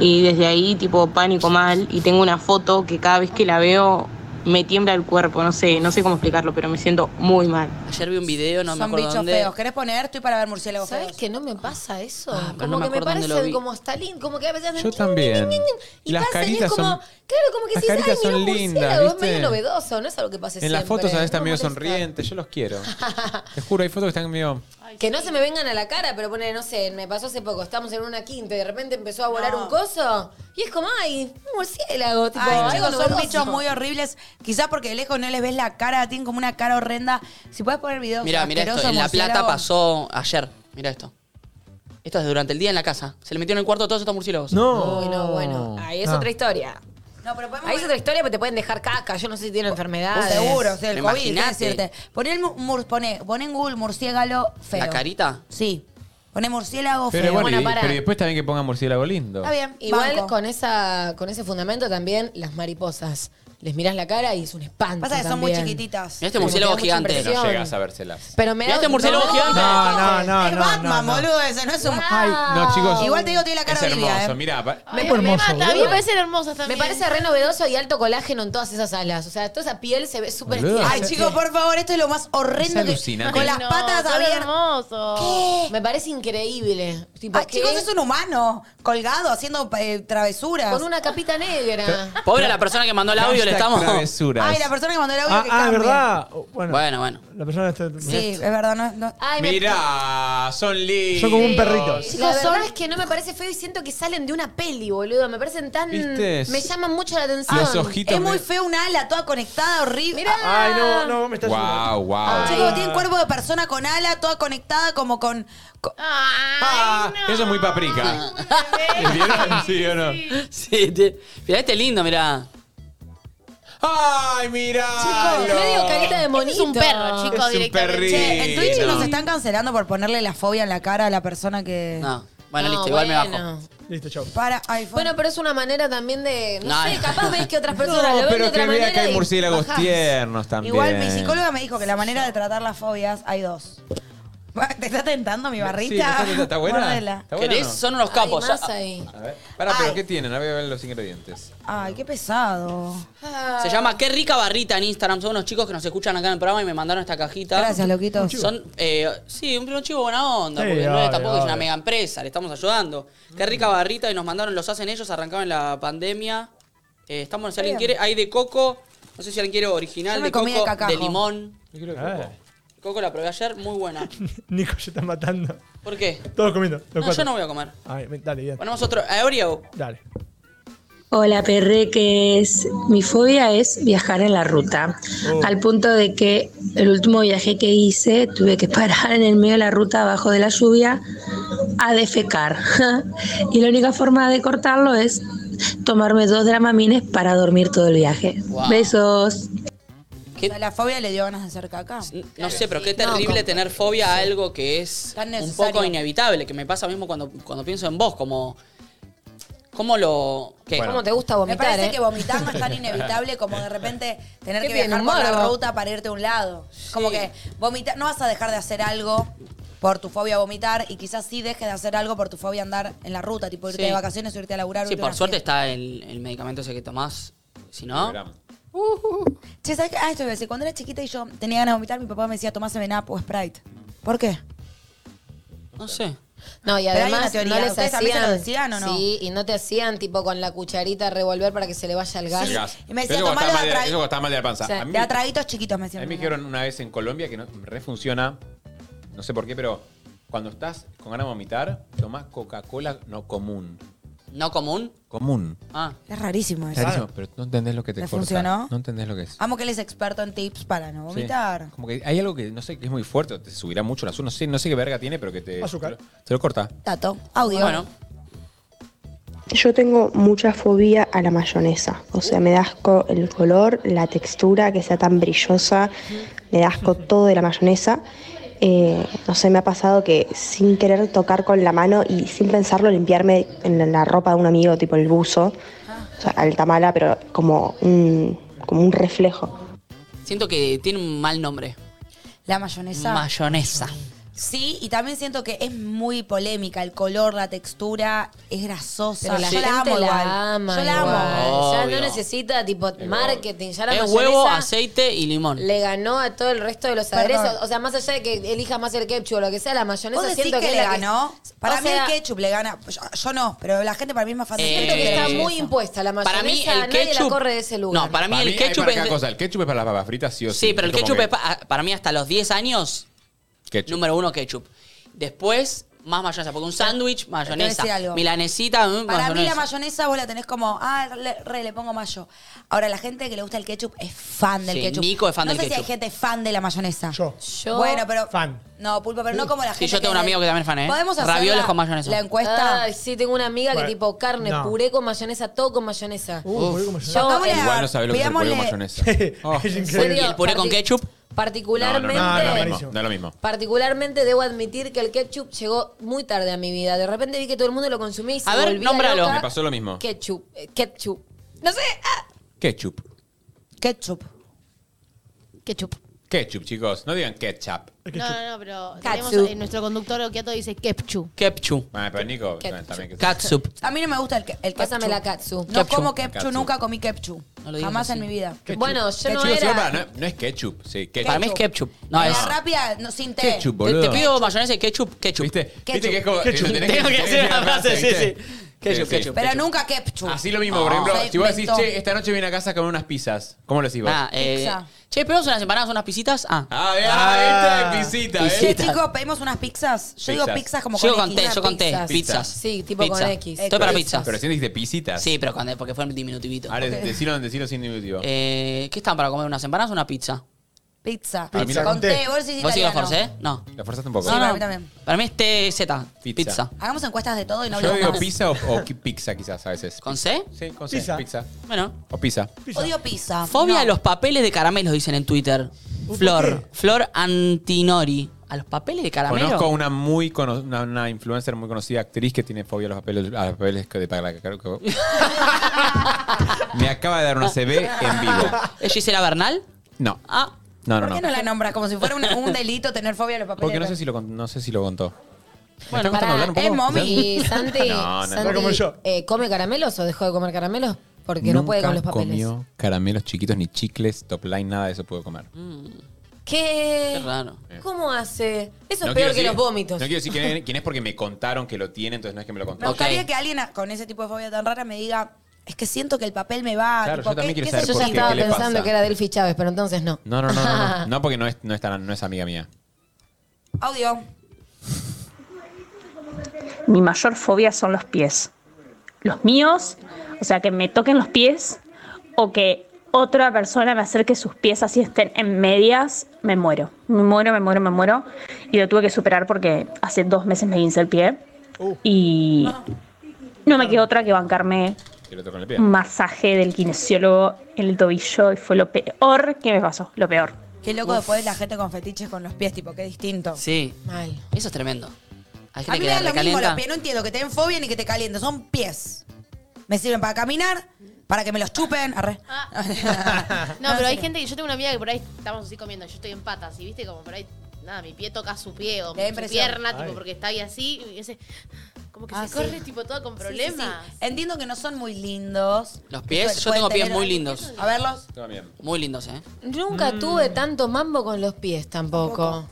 y desde ahí tipo pánico mal y tengo una foto que cada vez que la veo me tiembla el cuerpo, no sé, no sé cómo explicarlo, pero me siento muy mal.
Ayer vi un video, no me
Son
acuerdo
bichos
dónde.
feos. ¿Querés poner? Estoy para ver murciélagos
¿Sabes
feos.
que no me pasa eso?
Ah, pero
como
no me
que me
acuerdo dónde lo
parecen
vi.
como está lindo, como que a veces hacen
Yo también.
Y
Las
pasan y es
caritas
como,
son-
claro, como que
las
si dices,
caritas
ay, mira
son
un
lindas,
murciélago, es
¿viste?
medio novedoso, no es algo que pase
En
siempre.
las fotos a veces están
no
medio
molesta.
sonrientes, yo los quiero. Te juro, hay fotos que están medio...
[LAUGHS] Que no se me vengan a la cara, pero pone, no sé, me pasó hace poco, estábamos en una quinta y de repente empezó a volar
No.
un coso y es como, ay, un murciélago, tipo,
Ay,
algo
chicos, son
novedoso.
bichos muy horribles. Quizás porque de lejos no les ves la cara, tienen como una cara horrenda. Si puedes poner videos.
Mira, mira esto.
asquerosos
En La Plata
murciélagos.
pasó ayer. Mira esto. Esto es durante el día en la casa. Se le metieron en el cuarto todos estos murciélagos.
No. Ah.
Uy, no, bueno, ahí es
No.
otra historia.
No, pero podemos.
Ahí es otra historia porque te pueden dejar caca, yo no sé si tienen enfermedades.
Seguro, o sea, el
Pero
COVID,
imaginate.
es decirte. Poné, el mu- mur- poné, poné en Google murciélago feo.
¿La carita?
Sí. Poné murciélago
Pero
feo.
bueno,
Bueno,
y,
pará.
pero después también que pongan murciélago lindo.
Está bien.
Igual
banco.
con esa con ese fundamento también las mariposas. Les mirás la cara y es un espanto.
Pasa que son muy
también.
chiquititas.
Mirá este murciélago
Como que da mucha
gigante.
Que no
impresión.
llegas a vérselas.
Pero me
Mirá
da
este murciélago
no,
gigante.
No, no, no,
es
no,
Batman,
no, no.
boludo, ese no es un.
No, chicos.
Igual te digo, tiene la cara
Es
horrible,
hermoso,
eh.
mirá. pa-
Me,
Muy
me
hermoso,
mata, a mí
boludo.
me parecen hermosas
Ah, Me
también.
parece re novedoso y alto colágeno en todas esas alas. O sea, toda esa piel se ve súper
Boludo.
estirada.
Ay, chicos, por favor, esto es lo más horrendo
Es
que.
alucinante.
Con las
No,
patas
son
abiertas.
hermosos.
Me parece increíble. Tipo,
Ah,
¿qué?
chicos, es un humano colgado haciendo eh, travesuras.
Con una capita negra.
Pobre la persona que mandó el audio, le
Hashtag
estamos.
travesuras.
Ay, la persona que mandó el audio
Ah,
que
ah, es
cambie.
verdad. Bueno,
Bueno, bueno.
la persona está.
Sí, es verdad. No, no-
Ay, me-
Mirá, Ah, son lindos.
Son como un perrito.
La verdad es que no me parece feo y siento que salen de una peli, boludo. Me parecen tan.
¿Viste?
Me llaman mucho la atención.
Los ojitos.
Es muy
me-
feo una ala toda conectada, horrible.
Mirá.
Ay, no, no, me estás.
Wow, wow.
Ah, Chicos, tienen cuerpo de persona con ala toda conectada como con... con-
Ah, eso es muy paprika. ¿Vieron? ¿Sí o no?
Sí, te- mirá, este es lindo, mirá.
Ay, mirá.
Chicos, medio carita
Ese
de
Este
monito.
es un perro, chicos,
Es un
directamente.
perrito.
Che, en Twitch
Sí, no.
nos están cancelando por ponerle la fobia en la cara a la persona que...
No. Bueno,
No,
Ah,
listo, igual me
bueno.
bajo.
Listo, chao.
Para iPhone.
Bueno, pero es una manera también de. No,
No,
sé,
no.
capaz ves que
[LAUGHS]
otras personas
No,
lo ven de
pero
otra
que
manera.
vea que hay
y
murciélagos
bajás.
tiernos también.
Igual mi psicóloga me dijo que la manera de tratar las fobias hay dos. ¿Te está tentando mi
Sí, me
barrita?
está- está buena.
Mordela.
Está buena.
¿Querés?
o no?
Son unos
Hay
capos.
más
Ah,
ahí.
A ver. Pará, pero
Ay.
¿qué tienen? A ver, a ver los ingredientes.
Ay, qué pesado.
Se llama Qué rica barrita en Instagram. Son unos chicos que nos escuchan acá en el programa y me mandaron esta cajita.
Gracias, loquitos.
Son, eh, sí, un, un chico buena onda,
Sí,
porque no es
obvio,
tampoco es una
obvio.
mega empresa, le estamos ayudando. Qué rica barrita y nos mandaron, los hacen ellos, arrancaban la pandemia. Eh, estamos, si alguien quiere, hay de coco, no sé si alguien quiere original,
Yo me
de
comí de
coco, de,
cacajo.
limón. Eh.
Ah.
Coco la probé ayer, muy buena.
[LAUGHS] Nico se está matando.
¿Por qué?
Todos comiendo. Los
No,
cuatro.
yo no voy a comer.
Ay, me- dale, bien.
Ponemos otro, eh, Oreo.
Dale.
Hola perreques, mi fobia es viajar en la ruta,
Oh.
al punto de que el último viaje que hice tuve que parar en el medio de la ruta abajo de la lluvia a defecar. [LAUGHS] y la única forma de cortarlo es tomarme dos dramamines para dormir todo el viaje.
Wow.
Besos.
O sea, la fobia le dio ganas de hacer caca.
No sé, pero qué terrible tener fobia a algo que es
Tan
un
necesario.
poco inevitable, que me pasa mismo cuando, cuando pienso en vos, como... ¿Cómo lo...? ¿Qué?
¿Cómo te gusta
Me
vomitar?
parece
eh?
que vomitar no es tan inevitable como de repente tener
Qué
que
bien,
viajar
un
por la
morbo.
ruta para irte a un lado. Como que vomitar, no vas a dejar de hacer algo por tu fobia a vomitar y quizás sí dejes de hacer algo por tu fobia a andar en la ruta, tipo irte
Sí.
de vacaciones, o irte a laburar. o
Sí,
irte a
por
una
suerte
fiesta.
está el, el medicamento ese que tomás. Si no,
Che, ¿sabes qué? Ah, esto iba a decir. Cuando era chiquita y yo tenía ganas de vomitar, mi papá me decía tomás Up o Sprite. ¿Por qué?
no sé.
[LAUGHS] No, y
Pero hay una
además
teoría.
no les
¿Ustedes
hacían,
también se lo decían o no?
Sí, y no te hacían tipo con la cucharita revolver para que se le vaya el gas.
El gas.
Y me decía,
Eso cuando
tomalo
estaba mal
de
de-
atra-
eso cuando estaba mal de la panza.
O sea,
A mí
De atraguitos chiquitos me
A
decían.
mí me dijeron una vez en Colombia que no refunciona, no sé por qué, pero cuando estás con ganas de vomitar, tomás Coca-Cola no común.
¿No común?
Común.
Ah,
Es rarísimo eso.
Clarísimo, pero no entendés lo que te
¿Te
corta.
funcionó?
No entendés lo que es.
Amo que él es experto en tips para no
Sí.
vomitar.
Como que hay algo que no sé que es muy fuerte, te subirá mucho el azúcar, no sé, no sé qué verga tiene, pero que te
Azúcar.
Te lo, te lo corta.
Tato, audio.
bueno.
Yo tengo mucha fobia a la mayonesa, o sea, me da asco el color, la textura, que sea tan brillosa, me da asco todo de la mayonesa. Eh, no sé, me ha pasado que sin querer tocar con la mano y sin pensarlo limpiarme en la- la ropa de un amigo, tipo el buzo, o sea, alta mala, pero como un, como un reflejo.
Siento que tiene un mal nombre.
La mayonesa.
Mayonesa.
sí, y también siento que es muy polémica. El color, la textura, es grasosa.
Pero la
Yo la
gente
amo igual.
la ama
Yo la amo.
igual. Ya
Obvio.
no necesita tipo marketing, ya la
Es
mayonesa
huevo, aceite y limón.
Le ganó a todo el resto de los
Perdón.
aderezos. O sea, más allá de que elijas más el ketchup o lo que sea, la mayonesa
¿Vos decís
siento
que,
que, es
le
la que-
ganó? Para
o
mí
sea,
el ketchup le gana. Yo, yo no, pero la gente para mí es más fácil.
Eh,
Siento que está
Sí.
muy impuesta la mayonesa.
Para mí el
nadie
ketchup...
la corre de ese lugar.
No, para mí
Para
el
hay
ketchup
para
es...
cada
de-
cosa. El ketchup es para las papas fritas, sí o sí.
Sí, pero el
Es como
ketchup
que-
es pa- ah, para mí hasta los 10 años,
ketchup.
número uno ketchup. Después, más mayonesa. Porque un sándwich, mayonesa.
decir algo.
Milanesita, mm,
Para mí la
mayonesa.
mayonesa vos la tenés como, ah, le, re, le pongo mayo. Ahora, la gente que le gusta el ketchup es fan del
Sí,
ketchup.
Nico es fan
no
del
sé
ketchup.
si hay gente fan de la mayonesa.
Yo.
Yo-
Bueno, pero...
Fan.
No, Pulpo, pero no como la
Sí,
gente
yo tengo un amigo que también es fan, ¿eh?
¿Podemos hacer
Ravioles
la-
con mayonesa.
La encuesta...
Ay, Ah, sí, tengo una amiga
Bueno,
que tipo carne,
no.
puré con mayonesa, todo con mayonesa.
Uh, boludo, cómo se
Yo-
Pongámosle a-
Igual no sabe lo que es el pollo
pidámosle-
mayonesa.
llama. [LAUGHS] es increíble.
¿Y el puré con
Parti-
ketchup?
No, no,
Particularmente.
no, no, es lo
Realmente-
mismo, no es lo mismo.
Particularmente debo admitir que el ketchup llegó muy tarde a mi vida. De repente vi que todo el mundo lo consumía y se
A ver,
volvía
nómbralo.
loca.
Me pasó lo mismo.
Ketchup, eh, ketchup.
No sé... ah,
Ketchup.
ketchup.
Ketchup.
Ketchup, chicos. No digan ketchup.
No, no, no, pero
Katsu.
tenemos, eh, nuestro conductor Okiato dice ketchup.
Ketchup.
Ah, pero Nico,
Ketchup.
también que
Catsup.
A mí no me gusta el, ke- el ketchup.
Pásame la katsu.
No
Ketchup.
como ketchup,
Katsu.
nunca comí ketchup.
No lo digas
Jamás
así.
en mi vida.
Bueno, yo no
Chicos,
era.
igual para- no, no es ketchup, sí, ketchup.
Para mí es ketchup. No,
No,
es.
rápida, no, sin té.
ketchup,
Te,
boludo.
te pido mayonesa y ketchup, ketchup.
¿Viste? ¿Viste que es como.
Ketchup.
lo tenés
Tengo que hacer una frase, sí, sí.
¿viste?
Ketchup,
Sí, sí.
ketchup.
Pero nunca ketchup.
Así lo mismo, por ejemplo,
Se
si vos decís,
inventó.
che, esta noche vine a casa a comer unas pizzas, ¿cómo lo decís vos?
Nah, eh,
Pizza.
che, pero unas empanadas, unas pisitas. Ah.
Ah, bien,
Ah.
ah, esta es pisita,
Che,
¿eh?
Pizza.
chicos, pedimos unas pizzas. Yo digo
Pizzas.
pizzas como
yo
con
conté,
X.
yo conté.
pizzas.
Pizzas.
Sí, tipo con X.
Estoy para
Pero-
pizzas.
Pero si dijiste pisitas.
Sí, pero cuando, porque fue el diminutivito.
Ahora, decilo, decilo sin diminutivo.
Eh, ¿Qué están para comer? ¿Unas empanadas o una pizza?
Pizza.
Ah, mira,
Con
conté.
té, vos decís
¿Vos sí lo
italiano.
forcé? No.
La forzaste un poco.
Sí,
No,
para
no.
mí también.
Para mí es TZ. Pizza.
Pizza.
Hagamos encuestas de todo y no
Yo
hablamos
digo
más.
pizza o, o qui- pizza quizás a veces.
¿Con C?
Sí, con C,
Pizza.
pizza.
Bueno.
O pizza.
Odio pizza.
Fobia
Ah, No.
a los papeles de caramelos, dicen en Twitter.
¿por
Flor.
qué?
Flor Antinori. ¿A los papeles de caramelo?
Conozco una muy cono- una, una influencer muy conocida, actriz que tiene fobia a los papeles, a los papeles que de para
[LAUGHS]
Me acaba de dar una CB en vivo.
[LAUGHS] ¿Es Gisela Bernal?
No.
Ah.
No, no,
¿Por qué no
no.
la nombra como si fuera un, un delito tener fobia a los papeles?
Porque no sé si lo, con- no sé si lo contó. ¿Me está
Bueno, pará,
costando hablar un poco?
es mommy.
¿Quizás?
Y
[LAUGHS]
Santi,
No, no, no.
Santi,
Como yo.
eh, ¿come caramelos o dejó de comer caramelos? Porque no
Nunca
puede con los papeles.
comió caramelos chiquitos, ni chicles, top line, nada de eso puedo comer.
Mm.
Eh.
¿Qué?
Qué raro.
¿Cómo hace? Eso es
No
peor
quiero
que
decir-
los vómitos.
No quiero decir quién, quién es porque me contaron que lo tiene, entonces no es que me lo
Me
contaron.
gustaría
Ok.
que alguien a- con ese tipo de fobia tan rara me diga, es que siento que el papel me va.
Claro,
tipo,
yo también
¿qué-
quiero
qué sé
saber
Yo
por
ya
si
qué,
te-
estaba
le pasa?
pensando que era Delphi Chávez, pero entonces no.
No, no, no, no,
[LAUGHS]
no. No, porque no es, no es tan- no es amiga mía.
Audio.
Mi mayor fobia son los pies. Los míos, o sea, que me toquen los pies o que otra persona me acerque sus pies así estén en medias, me muero. Me muero, me muero, me muero. Y lo tuve que superar porque hace dos meses me hice el pie. Y no me quedó otra que bancarme
Que lo toco en el pie.
un masaje del kinesiólogo en el tobillo y fue lo peor que me pasó, lo peor.
Qué loco después la gente con fetiches con los pies, tipo, qué distinto.
Sí.
Mal.
Eso es tremendo. Hay
A
gente
mí me
que la
dan lo mismo los
recalienta.
pies, no entiendo que te den fobia ni que te calienten, son pies. Me sirven para caminar, para que me los chupen. arre.
Ah. [LAUGHS] No, pero hay
sé.
gente que yo tengo una amiga que por ahí estamos así comiendo, yo estoy en patas y viste como por ahí nada, mi pie toca su pie o
Le da
su
impresión.
pierna, tipo porque está ahí así y ese como que
Ah,
se
sí.
corre tipo todo con
Sí, sí, sí.
problemas.
Entiendo que no son muy lindos.
Los pies,
Pu-
yo tengo
pueden
pies
tener-
muy lindos.
A verlos.
Todo bien.
Muy lindos, ¿eh?
Nunca tuve
Mm.
tanto mambo con los pies tampoco.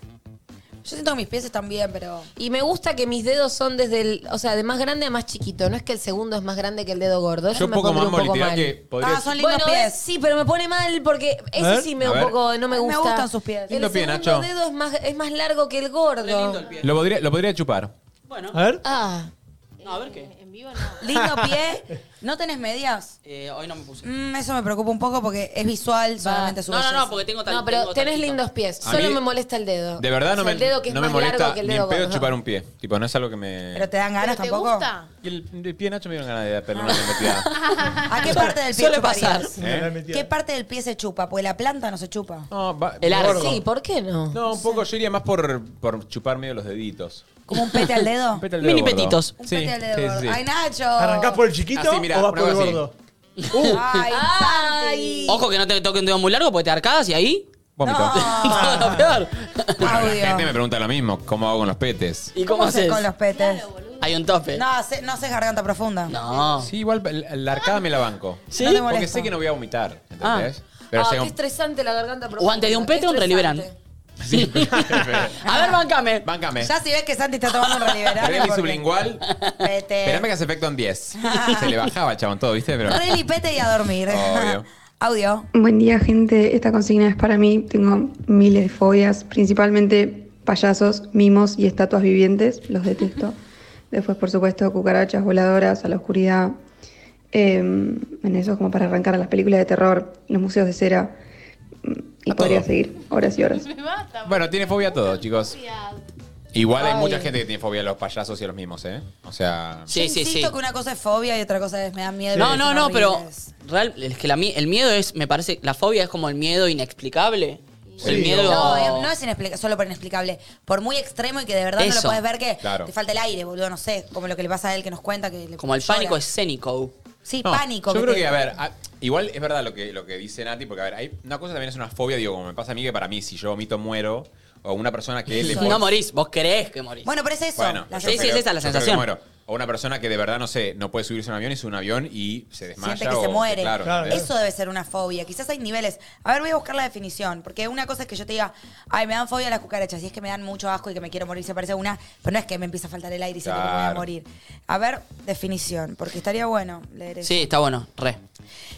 Yo siento que mis pies están bien, pero.
Y me gusta que mis dedos son desde el, o sea, de más grande a más chiquito. No es que el segundo es más grande que el dedo gordo. Eso
Yo
me
poco
pondría
mambo,
un poco
literal,
mal.
que podría...
Ah, son lindos
Bueno,
pies.
es- sí, pero me pone mal porque
A
ese
ver.
sí me
A
un
ver.
poco no me
Me
gusta.
gustan sus pies.
El
Lindo pie,
segundo
Nacho.
dedo es más, es más largo que el gordo.
lo, podría, lo podría chupar.
Bueno.
A ver.
Ah,
No, a ver qué.
Eh, En vivo no.
Lindo
[LAUGHS]
pie. ¿No tenés medias?
Eh, hoy no me puse.
Mm, eso me preocupa un poco porque es visual, solamente su
No, no,
belleza.
no, porque tengo tal.
no, pero
tengo
tenés
tactito.
lindos pies.
A
Solo
mí-
me molesta el dedo.
De verdad no
O sea,
me,
el dedo que es
no me
más
molesta
largo que el
ni
dedo
en pedo
gordo.
chupar un pie. Tipo, no es algo que me...
Pero te dan ganas
¿Pero te
tampoco.
gusta?
Y el, el pie de Nacho me dieron ganas de dar pero no le metía.
¿A qué parte del pie
Suele
chuparías?
pasar.
Me la metí.
¿Qué parte del pie se chupa? Porque la planta no se chupa.
No, va-
El arco.
Sí, ¿por qué no?
No, un poco yo iría más por, por chupar medio los deditos.
¿Como
[LAUGHS]
un pete al dedo?
Un pete al
Mini
gordo.
petitos.
Un
Sí,
pete al dedo.
sí,
gordo.
sí.
¡Ay, Nacho!
¿Arrancás por el chiquito
Así, mirá,
o vas
una
por el
cosa así.
gordo?
¡Ay,
Ay.
Ojo que no te toque un dedo muy largo porque te arcas y ahí.
Vómito.
No.
Todo lo peor.
Bueno, la
Audio.
gente me pregunta lo mismo, ¿cómo hago con los petes?
¿Y
¿Cómo
cómo
haces
haces?
con los petes?
Hay un tope.
No, hace- no haces garganta profunda.
No.
Sí, igual la- la arcada me la banco.
Ah. ¿Sí?
No te
Porque
molesta.
sé que no voy a vomitar, ¿entendés? Pero
ah,
si
qué
hago-
estresante la garganta profunda.
antes de un
qué
pete, un
estresante.
reliberante. [LAUGHS] A ver, bancame.
[LAUGHS] Báncame.
Ya si ves que Santi está tomando
[LAUGHS]
un eh,
Pero
reliberante.
mi
porque-
sublingual.
Pete.
Esperame que hace efecto en 10. [LAUGHS] Se le bajaba, chabón, todo, ¿viste? Pero.
Reli, pete y a dormir. [LAUGHS]
Obvio.
Audio.
Buen día, gente. Esta consigna es para mí. Tengo miles de fobias, principalmente payasos, mimos y estatuas vivientes. Los detesto. Después, por supuesto, cucarachas voladoras a la oscuridad. Eh, en eso es como para arrancar a las películas de terror, los museos de cera. Mm, Y
A
podría
todo.
seguir horas y horas.
Me mata.
Bueno, tiene fobia a todo, chicos.
Cuidado.
Igual hay
Ay.
mucha gente que tiene fobia a los payasos y a los mismos, ¿eh? O sea.
Sí,
Yo
sí,
insisto
sí.
que una cosa es fobia y otra cosa es me da miedo.
No,
y
no,
son
no, pero
horribles.
real, es que la mi- el miedo es, me parece, la fobia es como el miedo inexplicable. El
Sí.
miedo.
No, eh, no es inexplica- solo por inexplicable. Por muy extremo y que de verdad no lo
Eso.
puedes ver que
Claro.
te falta el aire, boludo, no sé. Como lo que le pasa a él que nos cuenta que le
como el
llora.
pánico escénico.
Sí,
No,
pánico.
Yo creo
te-
que, a ver, a- igual es verdad lo que, lo que dice Nati, porque, a ver, hay una cosa también es una fobia, digo, como me pasa a mí, que para mí, si yo vomito, muero. O una persona que le
[LAUGHS] No morís, vos creés que morís.
Bueno, pero es eso.
Bueno,
la
yo
sí, sí,
sensación.
es esa la
yo creo que
sensación.
muero. O una persona que de verdad, no sé, no puede subirse a un avión y sube un avión y se desmaya.
Siente que
o-
se muere.
Claro,
Claro.
¿entendés?
Eso debe ser una fobia. Quizás hay niveles. A ver, voy a buscar la definición. Porque una cosa es que yo te diga, ay, me dan fobia las cucarachas. Y es que me dan mucho asco y que me quiero morir. Se parece a una. Pero no es que me empieza a faltar el aire y siento que me voy a
Claro.
morir. A ver, definición. Porque estaría bueno leer eso.
Sí, está bueno, re.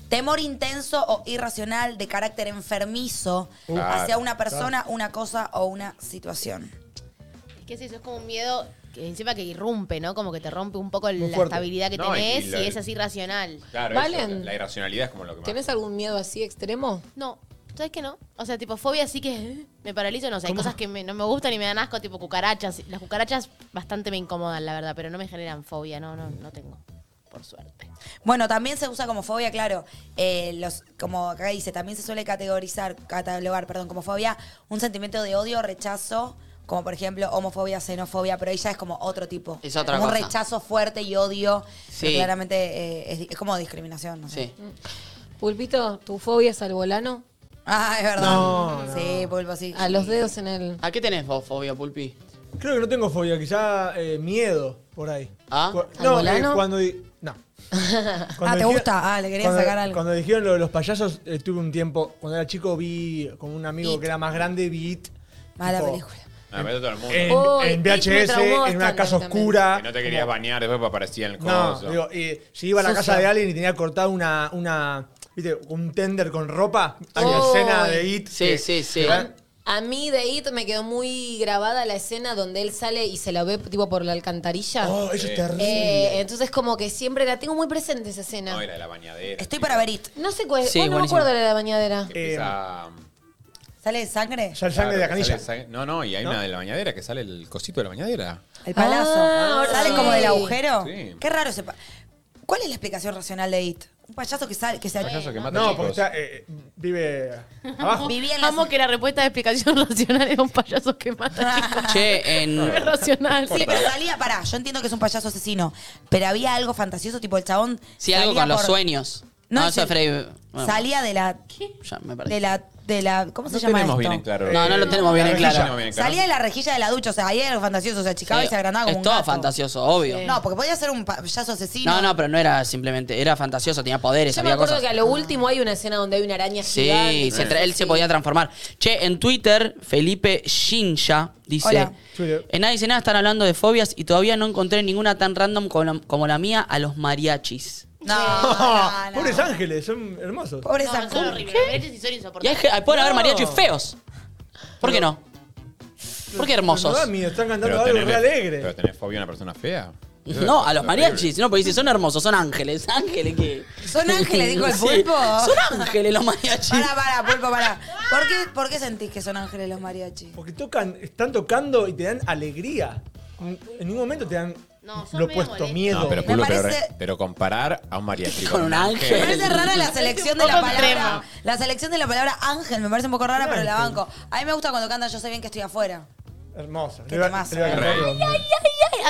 Temor intenso o irracional de carácter enfermizo
Claro.
hacia una persona, una cosa o una situación.
¿Qué es eso? Es como un miedo que encima que irrumpe, ¿no? Como que te rompe un poco la
fuerte.
estabilidad que
No, y-
tenés
y
y,
la-
es así racional.
Claro,
Valen.
eso, la- la irracionalidad es como lo que más.
¿Tenés algún miedo así extremo?
No, ¿sabes qué no? O sea, tipo fobia sí que [LAUGHS] eh, me paralizo, no sé, hay cosas que me- no me gustan y me dan asco, tipo cucarachas. Las cucarachas bastante me incomodan, la verdad, pero no me generan fobia, no, no, no tengo. Por suerte.
Bueno, también se usa como fobia, claro. eh, los, como acá dice, también se suele categorizar, catalogar, perdón, como fobia, un sentimiento de odio, rechazo, como por ejemplo homofobia, xenofobia, pero ella es como otro tipo.
Es otra
Como Un
cosa.
rechazo fuerte y odio.
Sí.
pero claramente eh, es, di- es como discriminación, no sé.
Sí.
Pulpito, ¿tu fobia es al volano?
Ah, es verdad.
No,
Sí, pulpo, sí.
A los dedos en
[LAUGHS]
el...
¿A qué tenés vos, fobia,
[LAUGHS]
Pulpi?
Creo que no tengo fobia, quizá eh, miedo por ahí.
¿Ah?
Cu-
¿Al
No,
volano?
eh, cuando. di-
[LAUGHS]
No.
Ah, ¿te
dijeron-
gusta? Ah, le querías
cuando-
sacar algo.
Cuando dijeron lo de los payasos, eh, tuve un tiempo. Cuando era chico, vi con un amigo
It.
que era más grande, vi It.
Mala
tipo,
película.
Ah, vete todo el mundo.
En,
Oh,
en
It me
VHS,
traumó
en una
bastante
casa
también.
oscura.
Que no te querías bañar, después aparecía en el
No,
coso.
digo, eh, si iba a la casa de alguien y tenía cortado una, una ¿viste? un tender con ropa, hay una
Oh.
escena de IT.
Sí,
que-
sí, sí.
que va-
A mí de It me quedó muy grabada la escena donde él sale y se la ve tipo por la alcantarilla.
Oh, eso es terrible.
Eh, entonces como que siempre la tengo muy presente esa escena.
No, era de la bañadera.
Estoy para ver it.
No sé cuál.
Sí,
bueno, no me
buenísimo.
acuerdo de la bañadera.
eh,
Que empieza-
¿Sale sangre?
Ya el sangre de la
Claro, que
canilla.
sale el sang- No, no, y hay
¿No?
una de la bañadera que sale el cosito de la bañadera.
El palazo.
Ah, ahora
¿Sale
sí.
como del agujero?
Sí.
Qué raro ese pa- ¿Cuál es la explicación racional de it? Un payaso que sale, que se
Payaso que mata
No,
chicos.
porque está, eh, vive
[LAUGHS]
abajo.
Vivía en la
Vamos que la respuesta de explicación [LAUGHS] racional es un payaso que mata chicos.
Che, [LAUGHS] en.
Es racional.
Sí, pero salía, pará, yo entiendo que es un payaso asesino, pero había algo fantasioso, tipo el chabón.
Sí, algo
salía
con los
por-
sueños.
No,
No,
es
eso
el-
es Freddy. bueno,
Salía de la.
Ya me perdí.
De la. De la ¿Cómo
No
se llama
tenemos
esto?
bien en claro.
No, no lo tenemos bien en
Claro,
claro.
no viene claro.
Salía de la rejilla de la ducha, o sea, ahí era algo fantasioso, se achicaba y se agrandaba como
es
un
todo
gato.
fantasioso, obvio.
No, porque podía ser un payaso asesino.
No, no, pero no era simplemente, era fantasioso, tenía poderes,
Yo me
había
acuerdo
cosas.
que a lo último hay una escena donde hay una araña
Sí,
gigante.
se tra- él se podía transformar. Che, en Twitter, Felipe Shinja dice:
Hola.
Twitter.
En Nadie Dice Nada están hablando de fobias y todavía no encontré ninguna tan random como la, como la mía a los mariachis.
[LAUGHS]
No, Ah, no,
[LAUGHS]
no.
Pobres ángeles, son hermosos.
Pobre
No,
Sanju.
son horribles. Los derechos sí
Y
son
hay,
insoportables.
ge- pueden haber
No.
mariachis feos. ¿Por qué no? ¿Por qué hermosos?
No da miedo, están cantando
Pero
algo
tenés-
re
Pero
alegre.
tenés fobia a una persona fea.
No, a los
Terrible.
mariachis. No, porque dice, son hermosos, son ángeles. Ángeles que.
¿Son ángeles, dijo
[LAUGHS]
el
Sí,
pulpo?
Son ángeles los mariachis.
Pará, pará, pulpo, pará. ¿Por qué, ¿Por qué sentís que son ángeles los mariachis?
Porque tocan, están tocando y te dan alegría. En ningún momento te dan
No, son
lo
medio
opuesto,
molestos.
miedo.
No, pero,
Me
Pulo, pero,
parece-
re- pero comparar a un mariachi
Con un ángel.
Me parece
[LAUGHS]
rara la selección de
Es un
la
poco
palabra.
extremo.
La selección de la palabra ángel me parece un poco rara, pero la
Ángel.
banco. A mí me gusta cuando cantan Yo sé bien que estoy afuera.
Hermosa.
Qué
Te iba-
temazo.
te iba a cantar
Rey.
con-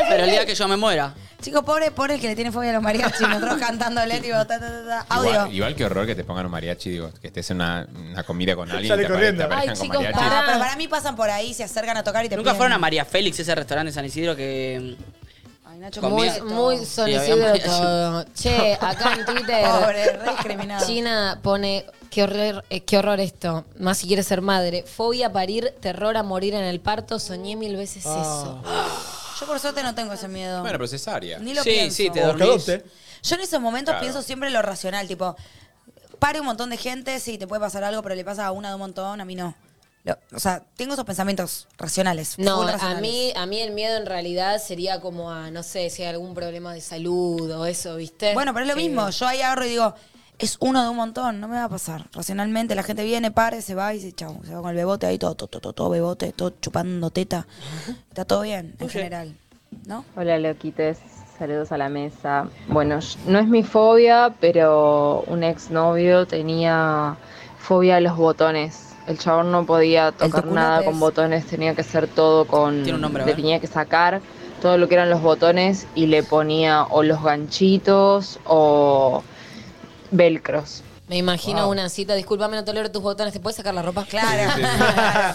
Pero el día que yo me muera.
Chicos, pobre, pobre el que le tiene fobia a los mariachis. Nosotros [LAUGHS] cantándole, tipo, ta, ta, ta, ta. Audio.
Igual, igual que horror que te pongan un mariachi, digo, que estés en una, una comida con alguien
Sale
y te apare-
corriendo.
te aparezcan
Ay,
con
chicos,
mariachi.
pará.
Ah, pero para mí pasan por ahí, se acercan a tocar y te
Nunca
piden.
fueron a María Félix, ese restaurante de San Isidro que. mm,
Ay, Nacho,
Comida.
muy,
Muy
muy...
Sí, había
sonicido
mariachi.
todo. Che, acá
[LAUGHS]
en Twitter.
Pobre, re discriminado.
China pone, qué horror, eh, qué horror esto, más si quieres ser madre, fobia a parir, terror a morir en el parto, soñé mil veces
Ah.
eso.
Yo por suerte no tengo ese mieeo.
Bueno, pero cesárea.
Ni lo
Sí,
pienso.
sí, te
O que adopte.
Yo en esos momentos
Claro.
pienso siempre lo racional, tipo, pare un montón de gente, sí, te puede pasar algo, pero le pasa a una de un montón, a mí no. Lo- o sea, tengo esos pensamientos racionales.
No,
full
a
racionales.
mí, a mí el miedo en realidad sería como a, no sé, si hay algún problema de salud o eso, ¿viste?
Bueno, pero es lo
Que-
mismo, yo ahí agarro y digo, es uno de un montón, no me va a pasar. Racionalmente la gente viene, pare, se va y se chau, se va con el bebote ahí, todo, todo, todo, todo bebote, todo chupando teta. Está todo bien, en general. ¿No?
Hola loquites, saludos a la mesa. Bueno, sh- no es mi fobia, pero un exnovio tenía fobia a los botones. El chabón no podía tocar
toculates.
nada con botones, tenía que hacer todo con...
Tiene un nombre, a
le
ver.
tenía que sacar todo lo que eran los botones y le ponía o los ganchitos o velcros.
Me imagino una cita, discúlpame, no [LAUGHS] tolero tus botones, ¿te puedes sacar la ropa?
Claro.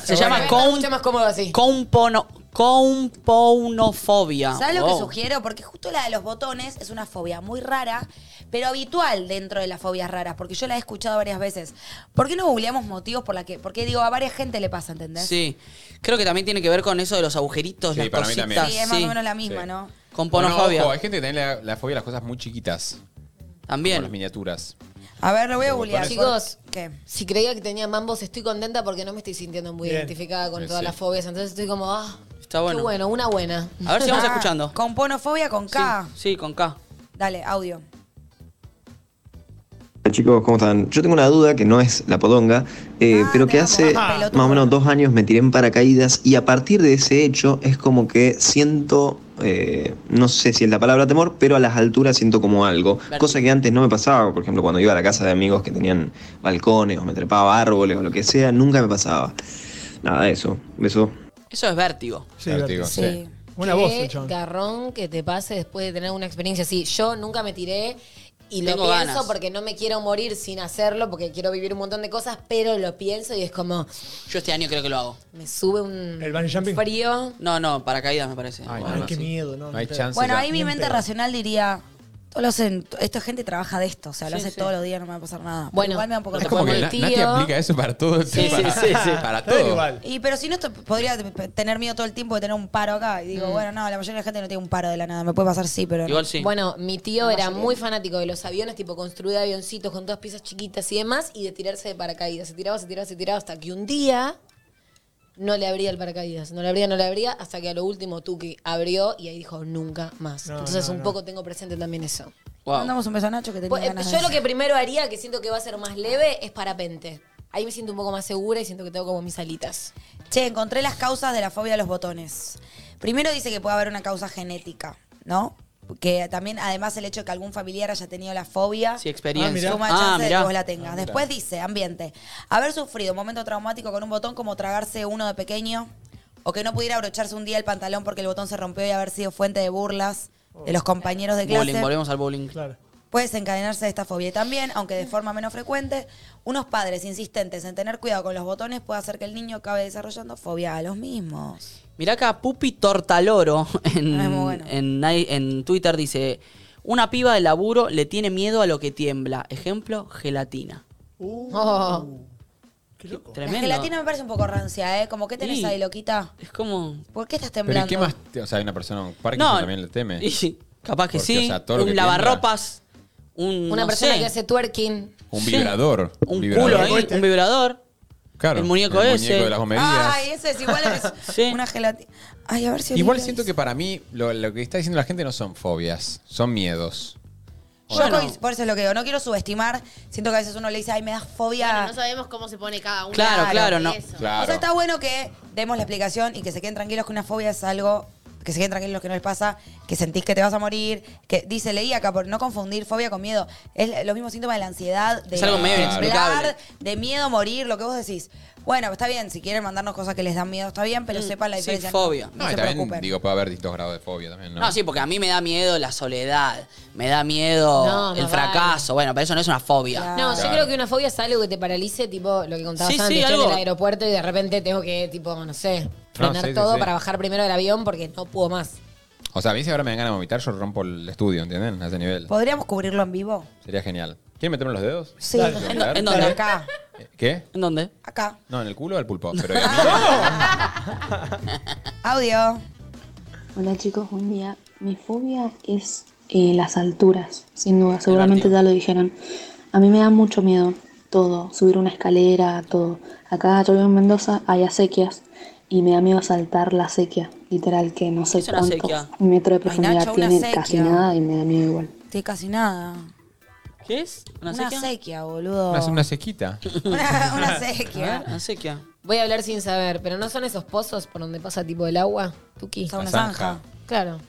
Se llama
Me
Con-
está mucho más cómodo así.
Compono, Compounofobia.
¿Sabes lo que
Wow.
sugiero? Porque justo la de los botones es una fobia muy rara, pero habitual dentro de las fobias raras, porque yo la he escuchado varias veces. ¿Por qué no googleamos motivos por la que.? Porque digo, a varias gente le pasa, ¿entendés?
Sí. Creo que también tiene que ver con eso de los agujeritos,
Sí,
las
para mí también.
cositas.
Sí, es más
sí.
o menos la misma,
Sí.
¿no?
Componofobia.
Bueno, ojo, hay gente que también le da la fobia a las cosas muy chiquitas. Como las
también.
miniaturas.
A ver, lo voy a googlear.
Chicos.
¿por ¿Qué?
Si creía que tenía mambos, estoy contenta porque no me estoy sintiendo muy
Bien.
identificada con
Sí,
todas
sí.
las fobias. Entonces estoy como, ah,
Está bueno.
qué bueno, una buena.
A
[LAUGHS]
ver si vamos
Ah,
escuchando.
Con ponofobia con K.
Sí, sí, con K.
Dale, audio.
Hola, chicos, ¿cómo están? Yo tengo una duda que no es la podonga, eh,
Ah,
pero
te
que
vamos,
hace
pelotudo.
más o menos dos años me tiré en paracaídas y a partir de ese hecho es como que siento, eh, no sé si es la palabra temor, pero a las alturas siento como algo, cosa que antes no me pasaba, por ejemplo, cuando iba a la casa de amigos que tenían balcones o me trepaba a árboles o lo que sea, nunca me pasaba. Nada, eso, beso.
Eso es vértigo.
Sí,
Claro,
Berti.
digo,
Sí.
sí.
Buena
Qué
voz, el chabón.
garrón que te pase después de tener una experiencia así. Yo nunca me tiré y lo
Tengo
pienso
ganas.
porque no me quiero morir sin hacerlo, porque quiero vivir un montón de cosas, pero lo pienso y es como,
Yo este año creo que lo hago.
me sube un
¿El bungee jumping?
frío.
No, no, paracaídas me parece.
Ay,
O
Ay,
algo
qué
así.
miedo, ¿no?
No hay
Pero-
chance.
Bueno,
ya.
ahí mi
Bien
mente
pedo.
racional diría. Todos lo hacen- esta gente trabaja de esto, o sea, lo hace todos los días, no me va a pasar nada. Pero
Bueno,
igual me da un poco
Es
de
como
Como
que
el
Na-
tío.
Nati aplica eso para todo.
Sí,
para,
sí, sí, sí.
Para
Pero
todo.
igual.
Y pero si no, esto podría p- tener miedo todo el tiempo de tener un paro acá. Y digo, bueno, no, la mayoría de la gente no tiene un paro de la nada. Me puede pasar sí, pero no.
Mm. Igual sí.
Bueno, mi tío era muy fanático de los aviones, tipo construir avioncitos con todas piezas chiquitas y demás, y de tirarse de paracaídas. Se tiraba, se tiraba, se tiraba, hasta que un día no le abría el paracaídas. No le abría, no le abría, hasta que a lo último Tuki abrió y ahí dijo nunca más.
No,
Entonces
no,
un
no.
poco tengo presente también eso.
Wow.
Mandamos un beso a Nacho que tenía
Pues, eh,
ganas de
yo lo
eso.
que primero haría, que siento que va a ser más leve, es parapente. Ahí me siento un poco más segura y siento que tengo como mis alitas.
Che, encontré las causas de la fobia a los botones. Primero dice que puede haber una causa genética, ¿no? Que también, además, el hecho de que algún familiar haya tenido la fobia.
Sí, experiencia.
mirá.
Suma
Ah,
chance de
mirá.
que vos la tengas. Después dice, ambiente. Haber sufrido un momento traumático con un botón como tragarse uno de pequeño. O que no pudiera abrocharse un día el pantalón porque el botón se rompió y haber sido fuente de burlas de los compañeros de clase.
Bowling, volvemos al bowling.
Claro.
Puede desencadenarse de esta fobia. Y también, aunque de forma menos frecuente, unos padres insistentes en tener cuidado con los botones puede hacer que el niño acabe desarrollando fobia a los mismos.
Mirá acá, Pupi Tortaloro en,
Ah, muy bueno.
en, nai- en Twitter dice: Una piba de laburo le tiene miedo a lo que tiembla. Ejemplo, gelatina.
Qué loco.
Tremendo.
La gelatina me parece un poco rancia, ¿eh? Como, ¿qué tenés
Sí.
ahí, loquita?
Es como.
¿Por qué estás
Pero
temblando?
¿y qué más? te- O sea, hay una persona, un Parkinson
No.
también le teme.
y capaz que
Porque,
sí.
o sea, todo lo
un
que
lavarropas. Un,
Una
no
persona
sé,
que hace twerking.
Un
Sí.
vibrador.
Un
vibrador.
culo ahí, un vibrador.
Claro,
El muñeco
el
ese.
muñeco de las gomerías.
Ay, eso es igual es
[LAUGHS] Sí.
una gelatina. Ay, a ver si
Igual
Olivia
siento
dice.
que para mí lo, lo que está diciendo la gente no son fobias, son miedos.
Yo
Bueno.
coinc- por eso es lo que digo, no quiero subestimar. Siento que a veces uno le dice, ay, me da fobia.
Bueno, no sabemos cómo se pone cada uno.
Claro, claro, no.
Eso.
Claro.
O sea, está bueno que demos la explicación y que se queden tranquilos que una fobia es algo que se queden tranquilos que no les pasa, que sentís que te vas a morir, que dice, leí acá, por no confundir fobia con miedo, es los mismos síntomas de la ansiedad, de
Es algo medio
temblar,
inexplicable.
de miedo a morir, lo que vos decís. Bueno, está bien, si quieren mandarnos cosas que les dan miedo, está bien, pero sepan la
Mm, sí,
diferencia.
fobia.
No,
No,
no
y
se
también,
preocupen.
digo, puede haber distintos grados de fobia también, ¿no?
No, sí, porque a mí me da miedo la soledad. Me da miedo
No,
el
más
fracaso. Bueno, pero eso no es una fobia.
Claro.
No, yo
Claro.
creo que una fobia es algo que te paralice, tipo lo que contabas
Sí,
antes,
sí,
estoy
algo-
en el aeropuerto y de repente tengo que, tipo, no sé,
No,
frenar
sí, sí,
todo
sí.
para bajar primero del avión porque no puedo más.
O sea, a mí si ahora me dan ganas de vomitar, yo rompo el estudio, ¿entienden? A ese nivel.
¿Podríamos cubrirlo en vivo?
Sería genial. ¿Quieren meterme los dedos?
Sí.
Dale.
¿Quieren
¿En,
vomitar?
en dónde?
Acá,
Eh, ¿Qué?
¿En dónde?
acá.
No, en el culo o al pulpo. Pero a mí-
[LAUGHS]
Audio.
Hola chicos, buen día. Mi fobia es eh, las alturas, sin duda, seguramente ya lo dijeron. A mí me da mucho miedo todo, subir una escalera, todo. Acá yo vivo en Mendoza, hay acequias y me da miedo saltar la acequia, literal que no sé
es una
cuántos
acequia?
metros de
Ay, Nacho,
profundidad
una
tiene, casi
acequia.
nada y me da miedo igual.
Estoy casi nada.
¿Qué es? ¿Una
Una
sequía?
sequía, boludo.
Una, una sequita.
Una- una
A ver,
sequía.
Ah, una sequía.
Voy a hablar sin saber, pero ¿no son esos pozos por donde pasa tipo el agua? Tuki.
O sea, una
zanja.
zanja.
Claro.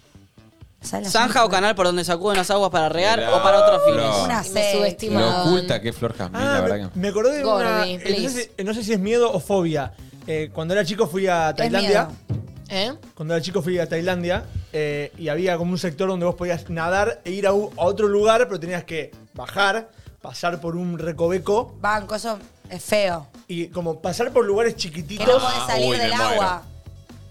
¿Sabes la
Zanja o canal por donde sacuden las aguas para regar o para otros
Mirá.
fines.
Una
Y me
sequía.
subestiman.
Lo oculta que es Flor Jazmín,
Ah,
la
me-
verdad que...
me acordé de
Gordi,
una, eh, no, sé
please.
si, no sé si es miedo o fobia. Eh, cuando era chico fui a Tailandia.
¿Eh?
Cuando era chico fui a Tailandia eh, y había como un sector donde vos podías nadar e ir a, u- a otro lugar, pero tenías que bajar, pasar por un recoveco
Banco, eso es feo.
y como pasar por lugares chiquititos.
Que no podés salir
Ah, uy, me
del
muero.
agua.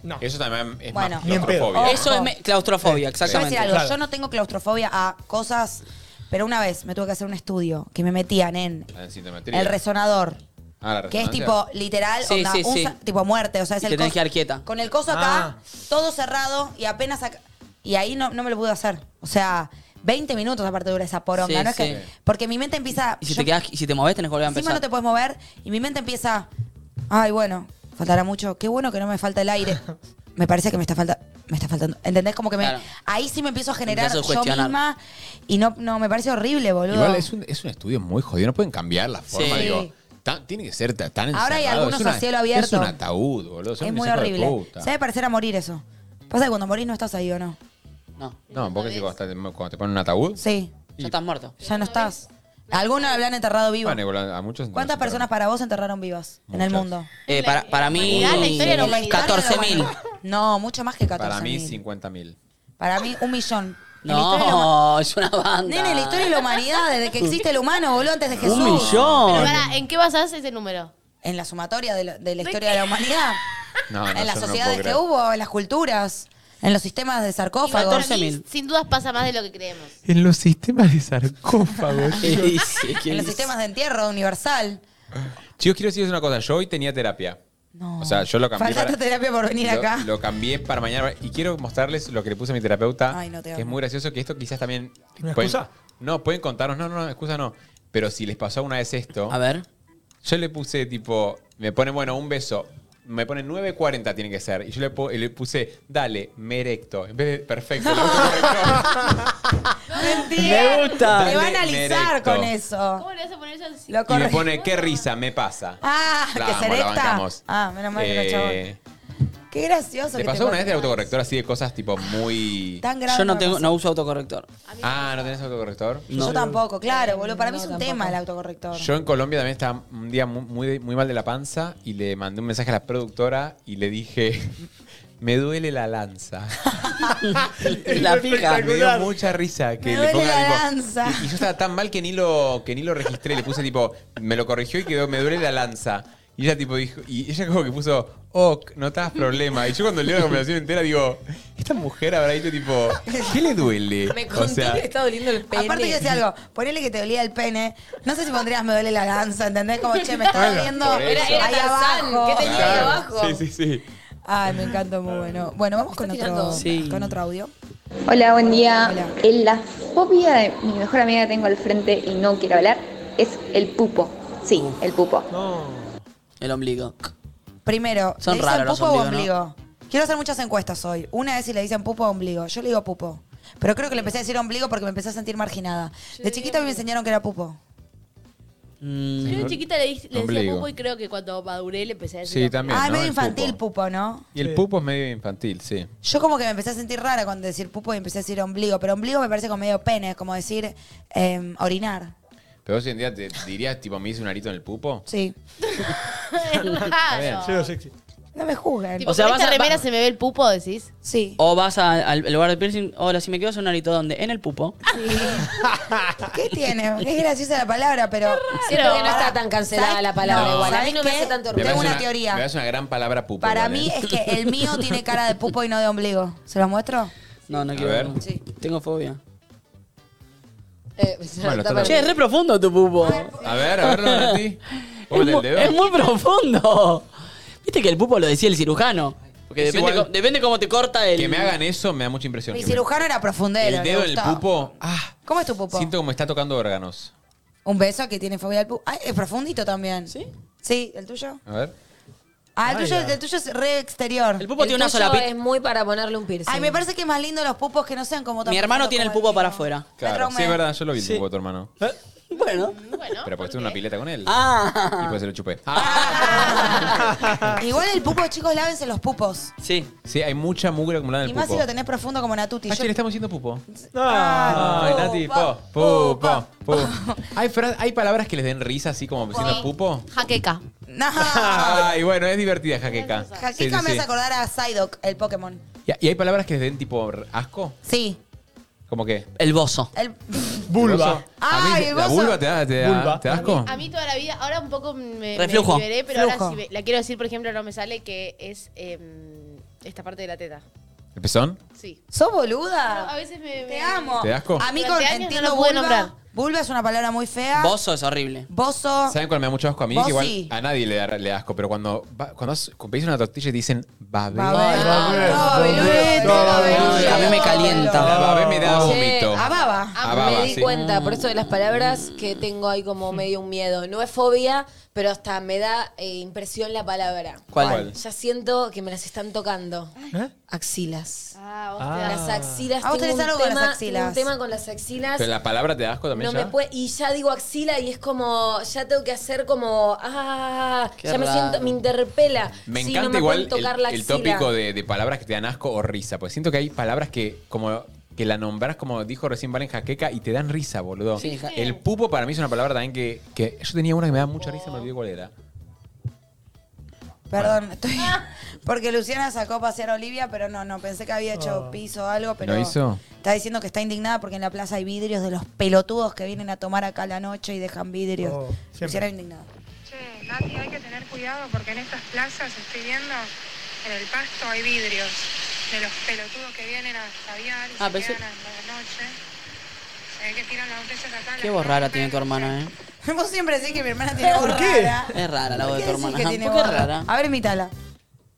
No.
Eso también es
Bueno.
más
Ni en pedo.
claustrofobia.
Eso es me- claustrofobia,
Yo voy a
exactamente.
decir algo,
Claro.
yo no tengo claustrofobia a cosas, pero una vez me tuve que hacer un estudio que me metían en
La densitometría.
el resonador.
Ah, la
Que es
resonancia.
tipo, literal,
Sí,
onda,
sí,
un
sí.
sa- tipo muerte. O sea, es
Y
el
te tenés
coso-
que quedar quieta.
Con el coso
Ah.
acá, todo cerrado y apenas acá. Y ahí no, no me lo pude hacer. O sea, 20 minutos aparte dura esa poronga.
Sí,
¿no? Es
sí.
que- porque mi mente empieza.
Y si
yo-
te quedás, y si te movés tenés que volver a
encima
empezar.
no te puedes mover y mi mente empieza. Ay, bueno, faltará mucho. Qué bueno que no me falta
[LAUGHS]
el aire. Me parece que me está falta, me está faltando. ¿Entendés? Como que me,
Claro.
ahí sí me empiezo a generar
Empezás a
yo
sugestionar.
misma y no, no me parece horrible, boludo.
Igual es un, es un estudio muy jodido, no pueden cambiar la forma,
Sí.
digo. tan- tiene que ser ta- tan
Ahora hay
encerrado,
algunos
es una-
a cielo abierto.
Es un ataúd, boludo. son
Es
un
muy
hijo de
horrible.
puta.
Se debe parecer a morir eso. Pasa que cuando morís no estás ahí, ¿o no?
No,
No, vos que sí, cuando te- cuando te ponen un ataúd.
Sí,
ya estás muerto.
ya no estás. Algunos lo habrán enterrado vivo.
Bueno, igual a muchos
¿Cuántas personas para vos enterraron vivas en el
Muchas.
mundo?
Eh, para, para mí,
humanidad, la historia de la humanidad.
14.000.
[LAUGHS] No, mucho más que 14.000.
Para mí, 50.000.
Para mí, un millón. En la historia de la huma-
No, es una banda.
Nene, la historia de la humanidad, desde que existe el humano, boludo, antes de Jesús.
Un millón.
Pero pará, ¿en qué basás ese número?
En la sumatoria de la, de la historia de la humanidad.
No, no,
en las
yo no
sociedades
puedo
que
creer.
hubo, en las culturas, en los sistemas de sarcófagos.
14.000.
Sin dudas pasa más de lo que
[LAUGHS]
creemos.
En los sistemas de sarcófagos.
¿Qué dice? ¿Qué
En los
dice?
sistemas de entierro universal.
Chicos, quiero decirles una cosa. Yo hoy tenía terapia.
No.
O sea, yo lo cambié
Faltaste
para-
terapia por venir
lo,
acá.
lo cambié para mañana. Y quiero mostrarles lo que le puse a mi terapeuta.
Ay, no te
que
amo.
es muy gracioso, que esto quizás también...
¿Una
pueden-
excusa?
No, pueden contarnos. No, no, no, excusa no. Pero si les pasó una vez esto...
A ver.
Yo le puse tipo, me ponen, bueno, un beso. Me ponen 9.40 tiene que ser. Y yo le, po- y le puse, dale, me erecto. En vez de perfecto. le
[LAUGHS]
puse correcto.
Mentira.
Me gusta.
Te va a
Dale,
analizar
directo.
con eso.
¿Cómo le vas a poner eso así?
Lo
y me
corre-
pone, qué risa, me pasa.
Ah,
La
que
amo,
se
la
erecta.
bancamos.
Ah, menos mal que no,
Eh,
Qué gracioso.
¿Te
que
pasó una
cuente.
vez de autocorrector así de cosas tipo muy.
Tan grande
Yo no
me
tengo,
pasó.
no uso autocorrector.
Ah, ¿no tenés autocorrector?
No.
Yo tampoco, claro, boludo. Para mí
No,
es un
tampoco.
tema el
[LAUGHS]
autocorrector.
Yo en Colombia también estaba un día mu- muy, muy mal de la panza y le mandé un mensaje a la productora y le dije, [LAUGHS] me duele la lanza.
La pija.
Me dio mucha risa que
Me
le
duele
ponga
la
tipo-
lanza.
Y, y yo estaba tan mal que ni lo que ni lo registré, le puse tipo, me lo corrigió y quedó, me duele la lanza. Y ella tipo dijo, y ella como que puso, ok, no te hagas problema. Y yo cuando leo la conversación entera digo, esta mujer habrá dicho tipo, ¿qué le duele?
[LAUGHS] Me contó que le está doliendo el pene.
Aparte que decía algo, ponele que te dolía el pene, no sé si pondrías me duele la lanza, ¿entendés? Como, che, me está doliendo
por eso.
Era, era
ahí
Tarzán,
abajo.
¿qué tenía ahí
Claro.
abajo?
Sí, sí, sí.
Ay, me encanta, muy bueno. Bueno, vamos con otro,
tirando?
Sí.
con otro audio.
Hola, buen día.
Hola.
Eh, La fobia de mi mejor amiga que tengo al frente y no quiero hablar es el pupo. Sí, el pupo.
El ombligo.
Primero,
Son
¿le dicen
raros los
pupo o
ombligos,
ombligo? Quiero hacer muchas encuestas hoy. Una es si le dicen pupo o ombligo. Yo le digo pupo. Pero creo que le empecé a decir ombligo porque me empecé a sentir marginada. De chiquita a mí me enseñaron que era pupo.
Mm,
Yo de chiquita le, di- le decía
Ombligo.
poco y creo que cuando maduré le empecé a decir.
Sí, también.
ah,
¿no?
medio
El
infantil
pupo.
pupo. ¿no?
Y el pupo es medio infantil, sí.
Yo como que me empecé a sentir rara cuando decir pupo y empecé a decir ombligo. Pero ombligo me parece como medio pene, como decir eh, orinar.
Pero vos hoy en día te dirías, tipo, me hice un arito en el pupo.
Sí.
Claro. [LAUGHS]
Ah,
Sí, lo sexy.
No me juzguen.
Tipo,
O sea,
con
vas
esta
a-
remera
va-
se me ve el pupo, decís.
Sí.
O vas a- al al lugar del piercing. Hola, si me quedo sonarito, ¿dónde? En el pupo.
[LAUGHS] ¿Qué tiene? Es graciosa la palabra, pero...
Siento que no está tan cancelada
¿Sabes?
la palabra
No.
igual. A mí
¿Sabes
no me
qué?
hace tanto
Me
ruido.
Tengo
parece
una teoría.
Me parece una gran palabra pupo.
Para
igual,
mí
¿eh?
es que el mío tiene cara de pupo y no de ombligo. ¿Se lo muestro?
No, no quiero
ver.
verlo.
Sí.
Tengo fobia.
Eh, [LAUGHS] se
Bueno,
está
está
para-
Che, es re profundo tu pupo.
A ver, a verlo, Nati.
[LAUGHS] Es
Póngale el
muy,
dedo.
es muy profundo. Viste que el pupo lo decía el cirujano. Porque
Es
depende,
igual-
co- depende cómo te corta el.
Que me hagan eso me da mucha impresión.
Mi
Que me-
cirujano era profundero.
El
le
dedo en el
gustaba.
pupo. Ah,
¿Cómo es tu pupo?
siento como está tocando órganos.
Un beso que tiene fobia al pupo. Ay, es profundito también.
¿Sí?
Sí, ¿el tuyo?
A ver.
Ah, el tuyo, el tuyo es re exterior.
El pupo
El
tiene una
tuyo
sola pi-
es muy para ponerle un piercing.
Ay, me parece que es más lindo los pupos que no sean como tan
Mi hermano
profundos
tiene el
como
pupo para
mío.
afuera.
Me
Claro.
traumé.
Sí, es verdad, yo lo vi el
Sí. Eh,
pupo de tu hermano.
Bueno.
Bueno.
Pero pues tuve una pileta con él. Y
Ah.
pues se lo chupé. Ah.
Igual el pupo, chicos, lávense los pupos.
Sí.
Sí, hay mucha mugre acumulada en
Y
Ah, el
más si
pupo.
lo tenés profundo como Natuti.
Ah,
Yo-
che, le estamos diciendo pupo.
Ah,
Ay,
pupa,
Nati, po, pupo, pupo. ¿Hay, fra- hay palabras que les den risa así como diciendo pupo?
Jaqueca.
No.
Ay, bueno, es divertida, jaqueca.
Ah. Jaqueca
Sí, sí,
me
sí.
hace acordar a Psyduck, el Pokémon.
¿Y y hay palabras que les den tipo asco?
Sí.
¿Cómo qué?
El bozo.
El...
Vulva.
Ay,
A mí,
el
¿La
bozo.
vulva te da, te da-
Vulva.
te da asco?
A mí toda la vida, ahora un poco me, me
Reflujo.
liberé, pero
Flujo.
ahora sí me- la quiero decir, por ejemplo, no me sale que es em, Esta parte de la teta.
¿El pezón?
Sí.
¿Sos
A
boluda?
veces me.
Te
[LAUGHS]
amo.
¿Te das co-
A mí con,
Durante años no
entiendo
lo pude nombrar.
vulva. Vulva es una palabra muy fea.
Bozo es horrible.
Bozo.
¿Saben cuál me da mucho asco a mí?
Vos
Que igual
sí.
a nadie le da le da asco, pero cuando, va- cuando, has- cuando pedís una tortilla y te dicen babé.
Babé.
Ay,
Babé,
Babé,
babé,
no,
babé.
babé.
A mí me calienta.
La babé me da vómito.
A baba. Mm.
Ah,
Ah,
baba,
me di
sí.
cuenta, por eso de las palabras que tengo ahí como medio un miedo. No es fobia, pero hasta me da eh, impresión la palabra.
¿Cuál?
¿Cuál?
Ya siento que me las están tocando.
¿Eh?
Axilas.
Ah, vos
Ah.
te das.
Las axilas.
¿A vos
tengo
tenés
un
algo con
tema-
las axilas?
tengo un tema con las axilas.
¿Pero la palabra te da asco también
No
ya?
me puede, y ya digo axila y es como, ya tengo que hacer como, ah,
Qué
ya me
raro.
siento, me interpela.
Me
Sí,
encanta
no me
igual
pueden tocar
el,
la
el
axila.
tópico de, de palabras que te dan asco o risa, porque siento que hay palabras que como que la nombrás, como dijo recién Valen Jaqueca, y te dan risa, boludo.
Sí, ja-
el pupo para mí es una palabra también que, que yo tenía una que me daba mucha risa, me olvidé cuál era.
Perdón,
[LAUGHS]
estoy. Porque Luciana sacó a pasear a Olivia, pero no, no, pensé que había
Oh.
hecho piso o algo, pero.
¿Lo hizo?
Está diciendo que está indignada porque en la plaza hay vidrios de los pelotudos que vienen a tomar acá a la noche y dejan vidrios.
Oh, siempre.
Luciana indignada.
Che, Nati, hay que tener cuidado porque en estas plazas estoy viendo, en el pasto hay vidrios de los pelotudos que vienen a caviar y
Ah,
se
pensé-
quedan a la noche. Se ve que tiran las botellas acá.
Qué
las
voz rara
rompen.
tiene tu hermana, ¿eh?
Vos siempre decís que mi hermana tiene voz
[LAUGHS] ¿Por qué?
rara.
Es rara la voz
¿Por
de
qué
tu
decís
hermana.
que
Ajá,
tiene
¿Por qué es
voz
rara?
A ver, imítala.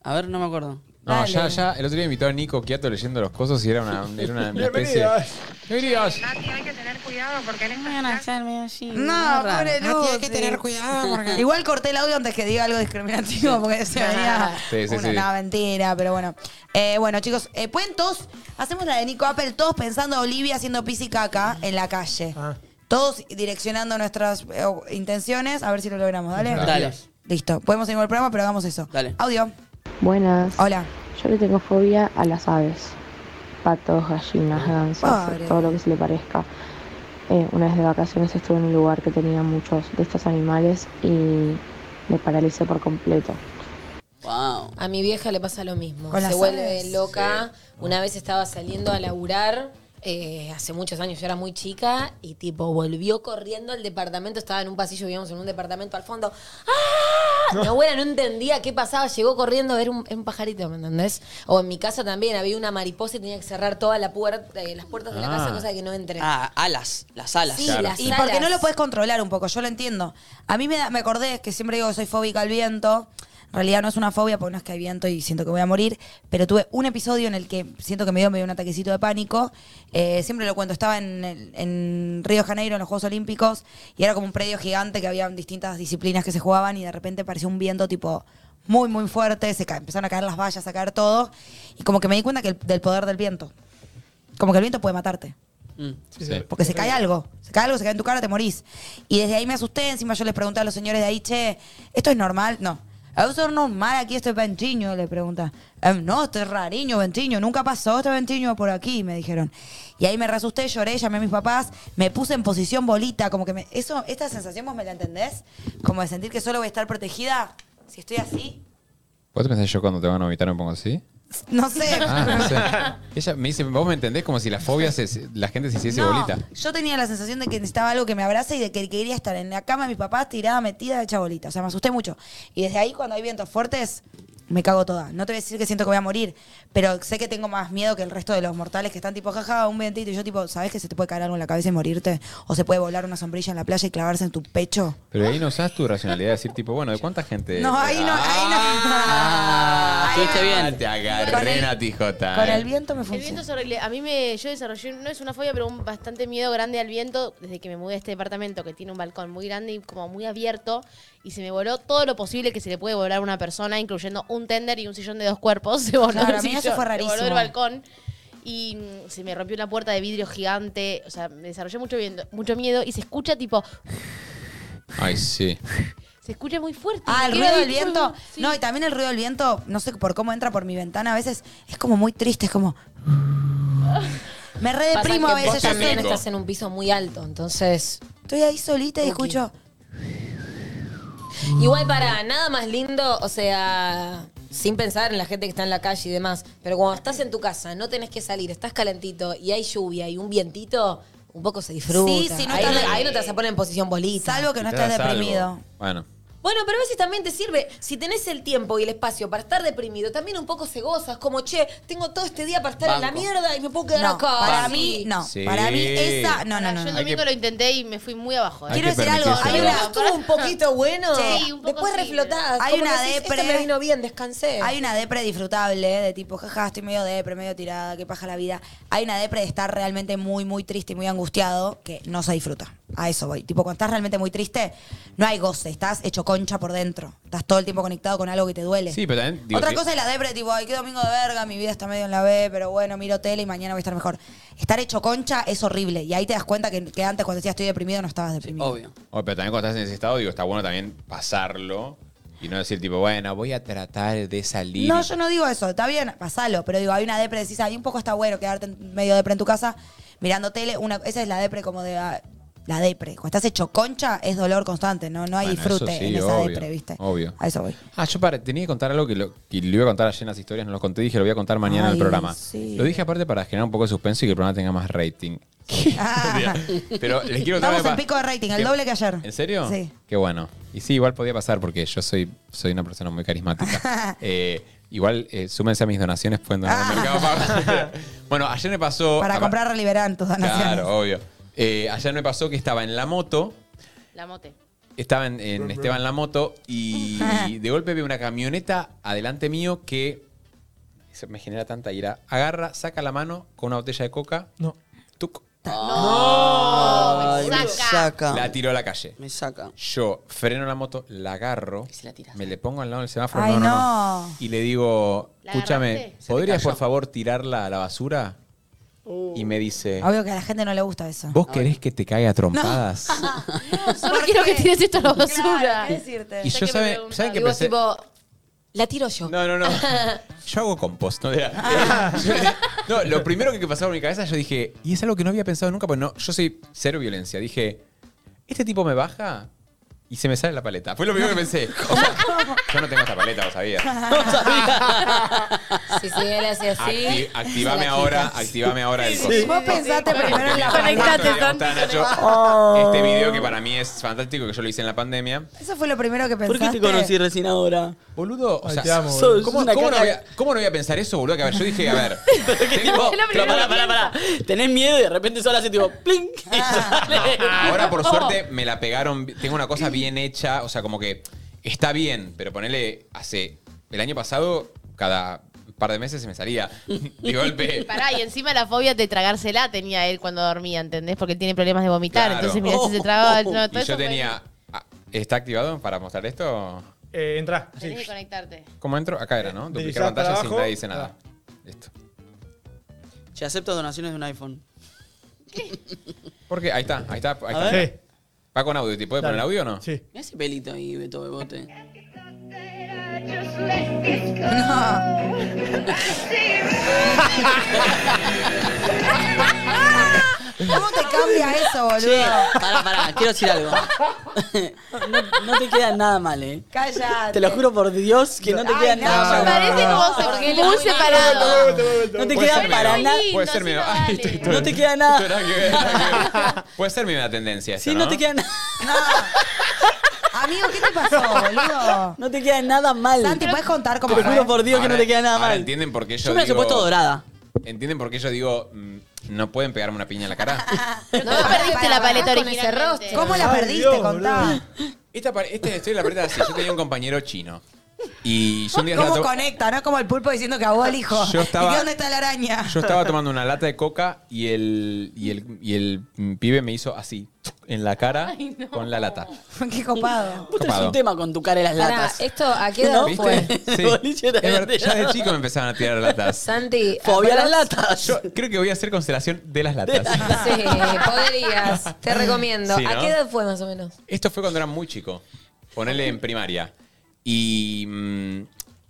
A ver, no me acuerdo.
No,
Dale.
ya, ya. El otro día invitó a Nico Quiato leyendo los cosos y era una,
[LAUGHS]
era una, una especie.
Bienvenida.
Bienvenidos.
Nati, hay que tener cuidado porque en estas
Van a
plazas...
hacer medio así,
No,
es rara.
pobre Lucy. [LAUGHS] Igual corté el audio antes que diga algo discriminativo porque se venía
Sí, sí,
una
sí.
nada mentira, pero bueno. Eh, bueno, chicos, eh, pueden todos, hacemos la de Nico Apple, todos pensando a Olivia haciendo pis y caca en la calle.
Ah.
Todos direccionando nuestras eh, o- intenciones, a ver si lo logramos, ¿dale?
Dale.
Listo, podemos seguir con el programa, pero hagamos eso.
Dale.
Audio,
Buenas.
hola.
Yo le tengo fobia a las aves. Patos, gallinas, gansas,
Pobre.
todo lo que se le parezca. Eh, una vez de vacaciones estuve en un lugar que tenía muchos de estos animales y me paralicé por completo.
Wow.
A mi vieja le pasa lo mismo.
Con las
Se vuelve
aves.
loca. Una vez estaba saliendo a laburar, eh, hace muchos años, yo era muy chica, y tipo volvió corriendo al departamento, estaba en un pasillo, vivíamos en un departamento al fondo. ¡Ah! Mi abuela no entendía qué pasaba, llegó corriendo a ver un, era un pajarito, ¿me entendés? O en mi casa también había una mariposa y tenía que cerrar todas la puerta, eh, las puertas de la
Ah.
casa, cosa de que no entre.
Ah, alas. Las alas.
Sí,
claro.
las
Y
alas.
porque no lo puedes controlar un poco, yo lo entiendo. A mí me, da- me acordé que siempre digo que soy fóbica al viento. En realidad no es una fobia porque no es que hay viento y siento que voy a morir, pero tuve un episodio en el que siento que me dio, me dio un ataquecito de pánico. Eh, siempre lo cuento, estaba en, el- en Río de Janeiro, en los Juegos Olímpicos, y era como un predio gigante que había distintas disciplinas que se jugaban y de repente pareció un viento tipo muy, muy fuerte, se ca- empezaron a caer las vallas, a caer todo, y como que me di cuenta que el- del poder del viento. Como que el viento puede matarte.
Mm.
Sí.
Porque se cae algo, se cae algo, se cae en tu cara, te morís. Y desde ahí me asusté, encima yo les pregunté a los señores de ahí, che, ¿esto es normal? No. ¿Eso es normal aquí este ventiño? Le pregunta. "Em, no, esto es rariño, ventiño. Nunca pasó este ventiño por aquí, me dijeron. Y ahí me re asusté, lloré, llamé a mis papás, me puse en posición bolita, como que me... Eso, esta sensación vos me la entendés? Como de sentir que solo voy a estar protegida si estoy así.
¿Vos te pensás yo cuando te van a vomitar me pongo así?
No [LAUGHS] sé.
Ah, [LAUGHS] no sé. Ella me dice, vos me entendés como si la fobia se- la gente se hiciese
No,
bolita.
Yo tenía la sensación de que necesitaba algo que me abrace y de que quería estar en la cama de mis papás tirada, metida, hecha bolita. O sea, me asusté mucho. Y desde ahí, cuando hay vientos fuertes, me cago toda. No te voy a decir que siento que voy a morir, pero sé que tengo más miedo que el resto de los mortales que están tipo, jaja, un vientito. Y yo, tipo, ¿sabes que se te puede caer algo en la cabeza y morirte? ¿O se puede volar una sombrilla en la playa y clavarse en tu pecho?
Pero ahí no usás tu racionalidad de decir, tipo, bueno, ¿de cuánta gente?
No, ahí no, ahí no.
Ah,
Ahí
estuviste
no.
bien.
Te
Con
agarré
el-
una tijota.
Con
eh.
el viento me
El viento
funciona.
es horrible. A mí me, yo desarrollé, un- no es una fobia, pero un bastante miedo grande al viento desde que me mudé a este departamento que tiene un balcón muy grande y como muy abierto. Y se me voló todo lo posible que se le puede volar a una persona, incluyendo un tender y un sillón de dos cuerpos. [LAUGHS] Se voló
Claro,
el
a mí eso
sillón,
fue
se voló el
rarísimo.
balcón. Y mm, se me rompió una puerta de vidrio gigante. O sea, me desarrollé mucho, viento- mucho miedo y se escucha tipo.
Ay, sí.
Se escucha muy fuerte. Me
Ah, el
quedo
ruido del
ahí,
viento.
sí.
No, y también el ruido del viento, no sé por cómo entra por mi ventana, a veces es como muy triste, es
[LAUGHS]
como. Me re
Pasa
deprimo a
que vos
veces. yo
también
sola.
estás en un piso muy alto, entonces...
Estoy ahí solita y escucho.
Igual para nada más lindo, o sea, sin pensar en la gente que está en la calle y demás, pero cuando estás en tu casa, no tenés que salir, estás calentito y hay lluvia y un vientito, un poco se disfruta.
Sí, si no
ahí,
estás-
ahí no te vas a poner en posición bolita.
Salvo que no
Te
estés
das algo.
deprimido.
Bueno.
Bueno, pero a veces también te sirve, si tenés el tiempo y el espacio para estar deprimido, también un poco se gozas, como, che, tengo todo este día para estar en la
Banco.
mierda y me puedo quedar
No,
acá.
para
Sí.
mí, no.
Sí.
Para mí, esa. No, no,
Yo
no.
el
no.
domingo lo intenté y me fui muy abajo. ¿eh?
Hay que permitirse
Hay
la-
una estuvo un poquito bueno.
Sí, un poco
Después
sí,
reflotás.
Hay
como
una
que decís,
depre.
"Esto me vino bien, descansé.
Hay una depre disfrutable, de tipo, jaja, estoy medio depre, medio tirada, que paja la vida. Hay una depre de estar realmente muy, muy triste y muy angustiado, que no se disfruta. A eso voy. Tipo, cuando estás realmente muy triste, no hay goce, estás hecho concha por dentro. Estás todo el tiempo conectado con algo que te duele.
Sí, pero también. digo,
Otra
si-
cosa es la depre, tipo, ay, qué domingo de verga, mi vida está medio en la B, pero bueno, miro tele y mañana voy a estar mejor. Estar hecho concha es horrible. Y ahí te das cuenta que, que antes cuando decías estoy deprimido, no estabas deprimido.
Obvio.
Oh, pero también cuando estás en ese estado, digo, está bueno también pasarlo y no decir, tipo, bueno, voy a tratar de salir.
No, yo no digo eso, está bien, pasalo, pero digo, hay una depre, decís, ahí un poco está bueno quedarte en- medio depre en tu casa mirando tele, una, esa es la depre como de ah, la depre. Cuando estás hecho concha es dolor constante, no, no hay
Bueno,
disfrute
eso sí,
en esa
obvio,
depre, ¿viste?
obvio.
A eso voy.
Ah, yo para- tenía que contar algo que, lo, que le iba a contar ayer en las historias, no lo conté, dije, lo voy a contar mañana en
Ay,
el programa.
sí.
Lo dije aparte para generar un poco de suspenso y que el programa tenga más
[LAUGHS]
rating. [LAUGHS]
Ah,
Pero les quiero contar
estamos
una pa-
en pico de rating, el doble que ayer.
¿En serio?
Sí.
Qué bueno. Y sí, igual podía pasar porque yo soy, soy una persona muy
[LAUGHS]
carismática. Eh, igual, eh, súmense a mis donaciones, pueden donar al
[LAUGHS]
Mercado Pago. [LAUGHS] bueno, ayer me pasó...
Para
apa-
comprar Reliberán tus donaciones.
Claro, obvio. Eh, ayer me pasó que estaba en la moto,
La mote.
estaba en, en Esteban la moto y de golpe veo una camioneta adelante mío que se me genera tanta ira. Agarra, saca la mano con una botella de coca,
No.
tuc,
Oh,
Ay,
me
me
saca.
saca.
la tiro a la calle.
Me saca.
Yo freno la moto, la agarro,
Y se la tiras.
me le pongo al lado del semáforo.
Ay,
no, no, no.
no.
Y le digo,
¿La
escúchame,
agarraste?
¿podrías
Se te cayó.
por favor tirarla a la basura? Y me dice,
Obvio que a la gente no le gusta eso.
¿vos querés que te caiga a trompadas?
[LAUGHS] Solo
¿Por
quiero
qué?
que tires esto a la
Claro,
basura.
¿qué decirte?
Y
sé
yo,
que me
¿sabe,
preguntaron.
¿saben qué
Y vos,
pensé?
tipo, la tiro yo.
No, no, no. Yo hago compost, ¿no? Era- Yo- [LAUGHS] no, lo primero que pasaba por mi cabeza, yo dije, y es algo que no había pensado nunca, porque no, yo soy cero violencia. Dije, este tipo me baja y se me sale la paleta. Fue lo primero que pensé. O sea, yo no tengo esta paleta, lo sabías.
[LAUGHS] Sí, sí, él hace así.
Acti-
[LAUGHS]
activame ahora, activame ahora el coso.
Vos pensaste primero en la
Porque me
paleta.
encanta que le gustaba a Nacho Este video que para mí es fantástico, que yo lo hice en la pandemia.
Eso fue lo primero que pensaste.
¿Por qué te conocí recién ahora?
Boludo, o
Ay,
sea,
te amo,
¿cómo,
boludo. Sos una
cómo no
caca.
voy a, cómo no voy a pensar eso, boludo? Que a ver, yo dije, a ver, tengo-
Tipo, pero pará, pará, pará. [LAUGHS] Tenés miedo y de repente solo hace [LAUGHS] tipo "Ah". plink y sale.
Ahora,
[LAUGHS]
por suerte, me la pegaron. Tengo una cosa bien hecha. O sea, como que está bien, pero ponele. Hace. El año pasado, cada par de meses se me salía. De
[LAUGHS]
golpe.
Pará, y encima la fobia de tragársela tenía él cuando dormía, ¿entendés? Porque él tiene problemas de
[LAUGHS]
vomitar.
Claro.
Entonces, mira,
Oh,
si se tragaba.
Oh.
no, todo
Y
eso
yo
fue-
tenía. ah, ¿Está activado para mostrar esto?
Eh, entra.
Tenés que conectarte.
¿Cómo entro? Acá era, ¿no? Duplicar
Deslizás para
pantalla sin
abajo. Ah.
nadie dice nada. Listo.
Che, acepto donaciones de un [LAUGHS] iPhone.
Porque ahí está, ahí está, ahí
A
está.
ver.
Sí.
Va con audio, ¿te puede poner
dale.
audio o no?
Sí.
Mira ese pelito ahí, Beto Bebote.
¿Cómo te cambia eso,
Che,
boludo?
pará, pará, quiero decir algo. [LAUGHS] No, no te queda nada mal, eh.
Cállate.
Te lo juro por Dios que no te
Ay,
queda
no,
nada
Me
mal.
parece
Porque él
como
es
muy
muy
separado.
Vuelta, vuelta,
No te
vuelta.
Puede
queda
ser
para
medio-
nada.
Puede ser medio.
Lindo,
Ay,
sí,
[LAUGHS] esto-
No te queda nada.
esto era que ver, nada que ver. Puede ser mi una tendencia.
Sí,
esto,
no te queda nada.
Amigo, ¿qué te pasó, boludo?
No te queda nada mal.
Santi, ¿puedes contar cómo
Te
fue?
juro por Dios que
Ahora-
no te queda nada
ahora
mal.
entienden por qué yo
Yo me hubiese
digo-
puesto dorada.
¿Entienden por qué yo digo, mm, no pueden pegarme una piña en
[LAUGHS]
la cara?
Pero
No,
¿cómo
pará,
perdiste
pará,
la
pará,
paleta
con ese
originalmente?
rostro.
¿Cómo la
Ay,
perdiste?
Dios,
Contá.
boludo.
Esta, par- esta historia Este, la verdad así. Yo tenía un compañero chino. Y yo un día
¿Cómo
estaba to-
conecta? ¿No? Como el pulpo diciendo que a vos el hijo.
Yo estaba-
¿Y dónde está la araña?
yo estaba
[LAUGHS]
tomando una lata de coca y el, y el, y el mm, pibe me hizo así, en la cara, con la lata.
Qué copado.
Vos tenés
Copado.
un tema con tu cara y las
Pará,
latas.
¿esto a qué edad
¿No?
fue?
¿Viste?
El [LAUGHS]
Sí.
boliche era
Es verdad,
grande.
ya de chico me empezaban a tirar latas.
Santi.
Fobia a las
apenas-
latas.
Yo creo que voy a hacer constelación de las latas.
[LAUGHS] Sí, podrías. Te recomiendo.
Sí, ¿no?
¿A qué edad fue más o menos?
Esto fue cuando era muy chico. Ponele en primaria. Y. mm,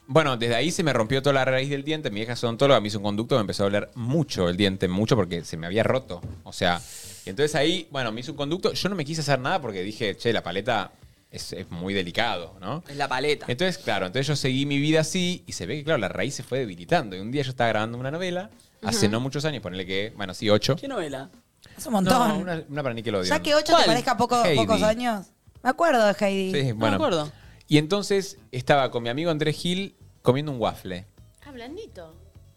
bueno, desde ahí se me rompió toda la raíz del diente. Mi vieja odontóloga me hizo un conducto, me empezó a doler mucho el diente, mucho porque se me había
[LAUGHS]
roto. O sea, y entonces ahí, bueno, me hizo un conducto. Yo no me quise hacer nada porque dije, che, la paleta es, es muy delicado, ¿no?
Es la paleta.
Entonces, claro, entonces yo seguí mi vida así y se ve que, claro, la raíz se fue debilitando. Y un día yo estaba grabando una novela, hace no muchos años, ponele que, bueno, sí, ocho.
¿Qué novela?
Es un montón.
No, una, una para Nickelodeon.
ya que 8
¿Cuál?
te parezca poco,
Heidi.
pocos años. Me acuerdo de Heidi.
Sí, bueno. Y entonces estaba con mi amigo Andrés Gil comiendo un waffle.
Ah, blandito.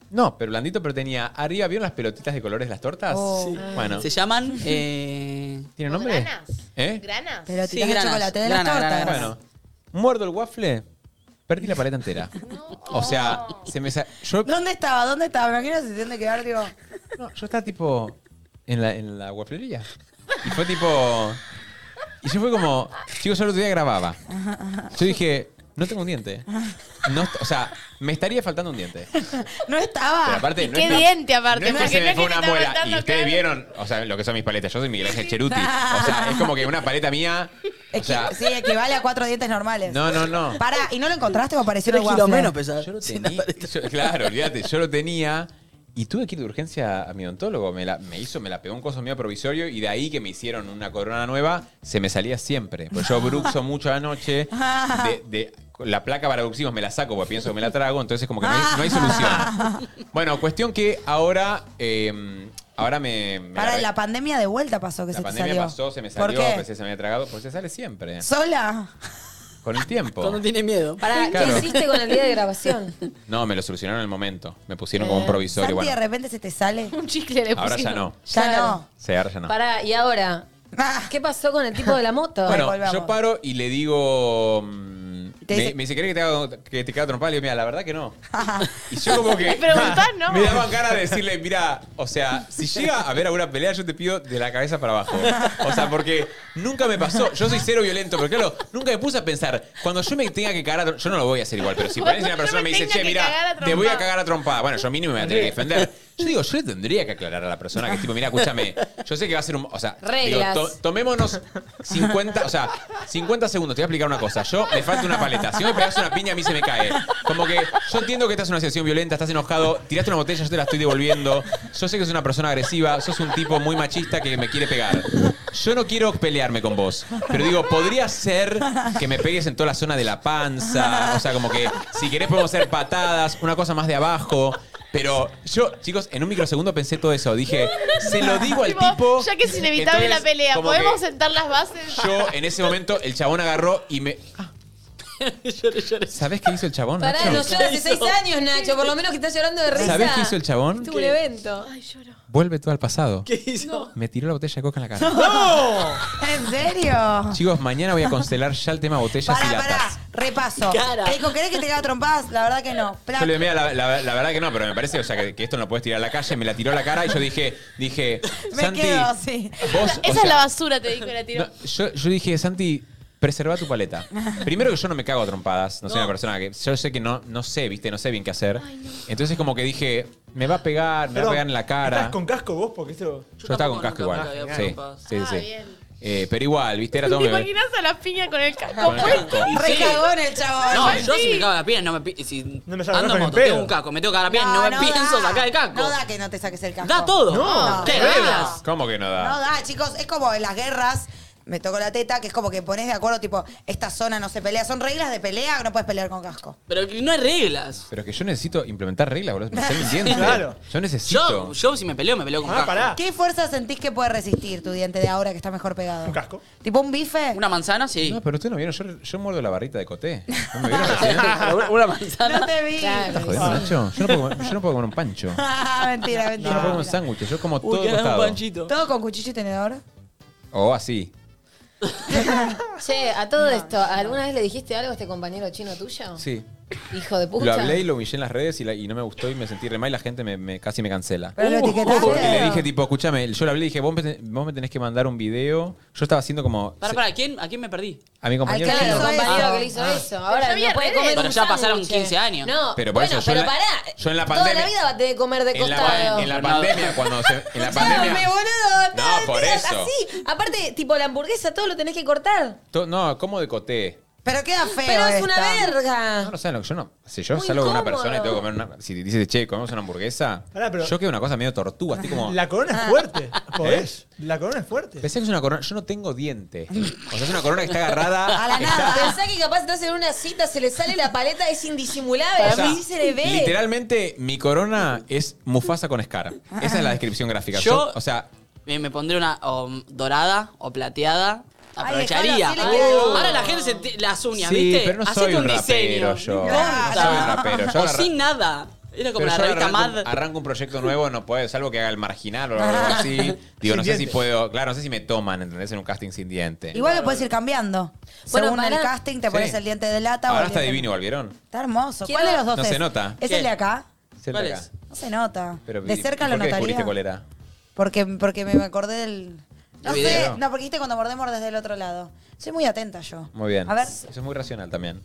No, pero blandito, pero tenía arriba, ¿vieron las pelotitas de colores de las tortas?
Oh.
Ah.
Sí.
Bueno.
Se llaman. Eh...
¿Tiene nombre?
¿Granas?
¿Eh?
¿Granas?
Pelotitas de chocolate de las tortas.
Bueno, muerdo el waffle, perdí la paleta entera. O sea, se me sa- yo,
¿Dónde estaba? ¿Dónde estaba? Me imagino si tiene que quedar, digo.
no, yo estaba tipo en la, en la wafflería. Y fue tipo. Y yo fue como. Chicos, yo el otro día grababa. Yo dije, no tengo un diente. No, o sea, me estaría faltando un diente.
No estaba.
Pero aparte,
¿Y
no
qué
es una-
diente aparte?
No es que
porque
se
no
me
es
fue
que
una
te está
muela.
faltando
Y ustedes
carne.
vieron, o sea, lo que son mis paletas. Yo soy Miguel Ángel Cheruti. O sea, es como que una paleta mía. O sea,
Sí, equivale a cuatro dientes normales.
no, no, no.
Pará, ¿y no lo encontraste o apareció en el
kilos
waffle?
menos pesar.
[LAUGHS]
Tenía- yo- claro, olvídate, yo lo tenía. Y tuve que ir de urgencia a mi odontólogo. Me, la, me hizo, me la pegó un coso mío provisorio y de ahí que me hicieron una corona nueva, se me salía siempre. Pues yo
[LAUGHS]
bruxo mucho a la noche. De, de- la placa para bruxismos me la saco porque pienso que me la trago, entonces como que no hay, no hay
[LAUGHS]
solución. Bueno, cuestión que ahora, eh, ahora me... me
Pará,
agarré-
la pandemia de vuelta pasó que
la
se te
pandemia
salió.
pasó, se me
¿Por
salió,
qué?
pensé que se me había tragado, pues se sale siempre.
¿Sola?
Con el tiempo.
Cuando
[LAUGHS]
tiene miedo.
Pará,
Claro.
¿qué hiciste con el día de grabación?
No, me lo solucionaron en el momento. Me pusieron
Eh,
Eh,
como un provisorio.
¿Santi de
Bueno,
repente se te
[LAUGHS]
sale?
Un chicle le
ahora ya
pusimos.
no.
Ya
Claro.
no.
Sí, ahora ya no.
Pará, y ahora,
Ah,
¿qué pasó con el tipo de
[LAUGHS]
la moto?
Bueno,
volvamos.
yo paro y le digo. mm,
Te
me,
dice-
me dice, ¿querés que te haga que te caga trompada? Le digo, mira, la verdad que
[LAUGHS]
no. Y yo como
[LAUGHS]
que.
Le preguntás,
[LAUGHS]
¿no?
Me daban ganas de decirle, mira, o sea, si llega a haber alguna pelea, yo te pido de la cabeza para abajo. O sea, porque nunca me pasó. Yo soy cero violento, pero claro, nunca me puse a pensar. Cuando yo me tenga que cagar a trom- Yo no lo voy a hacer igual, pero si por ahí
Cuando
una
yo
persona
me
me dice,
tenga
che,
que cagar a
mira, te voy a
trompada".
cagar a trompada. Bueno, yo mínimo me voy a tener que defender. Yo digo, yo le tendría que aclarar a la persona que es tipo, mira, escúchame, yo sé que va a ser un. O sea, digo,
Reglas.
to- tomémonos 50, o sea, 50 segundos. Te voy a explicar una cosa. Yo me falta una paleta. Si me pegas una piña, a mí se me cae. Como que yo entiendo que estás en una situación violenta, estás enojado, tiraste una botella, yo te la estoy devolviendo. Yo sé que sos una persona agresiva, sos un tipo muy machista que me quiere pegar. Yo no quiero pelearme con vos, pero digo, podría ser que me pegues en toda la zona de la panza. O sea, como que si querés podemos hacer patadas, una cosa más de abajo. Pero yo, chicos, en un microsegundo pensé todo eso. Dije, [LAUGHS] se lo digo al
Tipo,
tipo.
Ya que es inevitable
Entonces,
la pelea,
como
¿podemos
que-
sentar las bases? [LAUGHS]
yo, en ese momento, el chabón agarró y me.
Ah. [LAUGHS]
¿Sabés qué hizo el chabón?
Pará,
Nacho?
nos llora hace seis años, Nacho, por lo menos que estás llorando de risa.
¿Sabés qué hizo el chabón?
Tuvo un evento.
Ay, lloro.
Vuelve todo al pasado.
¿Qué hizo?
Me tiró la botella de coca en la cara.
[LAUGHS] [LAUGHS] ¿En serio?
Chicos, mañana voy a constelar ya el tema botellas
Pará,
y latas.
pará, repaso.
Cara.
Te dijo, ¿querés que te caga trompadas? La verdad que no. Plac.
Yo le digo, mira, la, la- la verdad que no, pero me parece, o sea, que, que esto no lo puedes tirar a la calle. Me la tiró a la cara y yo dije, dije,
[LAUGHS] Me
Santi,
quedo así.
vos,
[LAUGHS] Esa
o
es la
sea,
basura, te dijo la tiró.
No, yo, yo dije, Santi, preserva tu paleta. [LAUGHS] Primero que yo no me cago a trompadas, no, soy una persona que. Yo sé que no, no sé, viste, no sé bien qué hacer. Entonces, como que dije, me va a pegar, me va a pegar en la cara.
¿Estás con casco vos? Porque esto.
Yo estaba con casco
tampoco, nunca
igual.
me
Sí,
había pasado.
sí,
Ah,
sí.
bien.
Eh, pero igual, viste,
[LAUGHS]
era todo
¿Te
medio-
imaginas a la piña con el casco
con el
puesto?
casco.
Re cagón el chabón.
No,
Sí.
yo si me cago en la piel, no me pi- si
No me saco
ando
el
en moto,
casco ni en
tengo
pedo.
un casco, me tengo que cagar la piel, no, me
da.
pienso sacar el casco.
No da que no te saques el casco.
Da todo.
No.
¿Qué
No.
reglas?
¿Cómo que no da?
No da, chicos. Es como en las guerras. Me tocó la teta, que es como que pones de acuerdo, tipo, esta zona no se pelea. Son reglas de pelea, no puedes pelear con casco.
Pero que no hay reglas.
Pero es que yo necesito implementar reglas, boludo. Me estoy
[LAUGHS]
mintiendo.
Claro.
Yo necesito.
Yo, yo si me peleo, me peleo con
Ah,
casco.
pará.
¿Qué fuerza sentís que puede resistir tu diente de ahora que está mejor pegado?
Un casco.
¿Tipo un bife?
¿Una manzana? Sí.
No, pero ustedes no vieron, yo, yo muerdo la barrita de coté. ¿No me vieron recién?
Pero [LAUGHS] una- una manzana.
No te vi.
Claro.
¿Estás
Ah.
jodiendo, Nacho? Yo no, puedo comer, yo no puedo comer un pancho. Yo
Ah, [LAUGHS] mentira, mentira.
no puedo comer
mentira.
sándwiches, yo como
Uy,
todo
que era un
tostado.
panchito.
¿Todo con cuchillo y tenedor?
O así.
[LAUGHS] Che, a todo esto, ¿alguna vez le dijiste algo a este compañero chino tuyo?
Sí.
Hijo de puta.
Lo hablé y lo humillé en las redes y, la- y no me gustó y me sentí re mal y la gente me, me- casi me cancela. Uh.
¿Pero lo etiquetaste?
Porque le dije, tipo, escúchame, yo le hablé y dije, vos me, ten- vos me tenés que mandar un video. Yo estaba haciendo como.
Pará, pará, ¿a quién, ¿a quién me perdí? Ah.
A mi compañero.
Al que
chino.
Claro,
hizo
compañero
eso.
que le hizo eso.
ya
Ahora
había
no puede
redes.
comer
Pero
un
ya pasaron
sándwich.
15 años.
No,
Pero
pero
por eso
bueno,
yo
pero
en la-
pará.
Ah, yo en la
Toda
pandemia-
la vida va a tener que comer de
En la,
costado.
en la
Pero no.
pandemia, cuando
[LAUGHS]
se- En la pandemia.
Dame, boludo. todo
No, por
el día
eso.
Así. Aparte, tipo la hamburguesa, todo lo tenés que cortar.
To- no, como de coté.
Pero queda feo.
Pero es una
No,
esta.
verga.
no saben lo que yo no. Si yo
Muy
salgo con una
incómodo.
persona y tengo que comer una. Si dices, che, comemos una hamburguesa.
Pará, pero-
yo quedo una cosa medio tortuga, así como. ¿Eh?
La corona es fuerte. Podés. La corona es fuerte.
Pensé que es una corona. Yo no tengo
[LAUGHS]
diente. O sea, es una corona que está agarrada.
A la
está-
nada.
Pensá que capaz estás en una cita, se le sale la paleta, es indisimulable.
o sea,
así se le ve.
Literalmente, mi corona es Mufasa con Scar.
Ah,
Esa es la descripción gráfica.
Yo-
o sea,
Me, me pondré una o, dorada o plateada Aprovecharía. Uh.
Ay, dejalo así, le queda
Ahora la gente se te- las uñas,
Sí,
¿viste?
pero no
Hacete
soy
un
un rapero
diseño.
yo.
No
No soy un
importa.
rapero. Yo
o
agarra-
sin nada. Era como
Pero
la
yo
revista
arranco,
Mad.
arranco un proyecto nuevo, no puedo, salvo que haga el marginal o algo así.
[LAUGHS]
Digo,
Sin
no sé si
dientes.
puedo, claro, no sé si me toman, ¿entendés? En un casting sin diente.
Igual lo puedes ir cambiando.
Bueno,
Según el
pará.
casting te
Sí.
pones el diente de lata o
Ahora
el
está
diente-
divino, ¿volvieron?
Está hermoso.
Quiero-
¿Cuál de los dos
No
es?
se nota.
¿Es
¿Qué?
el de acá?
Cerca
¿Cuál
acá.
es?
No se nota.
Pero,
de
¿y
cerca
por
lo
qué descubriste
notaría.
cuál era?
Porque, porque me acordé del. No
Del
sé,
video.
no, porque viste cuando mordemos desde el otro lado. Soy muy atenta yo.
Muy bien.
A ver.
Eso es muy racional también.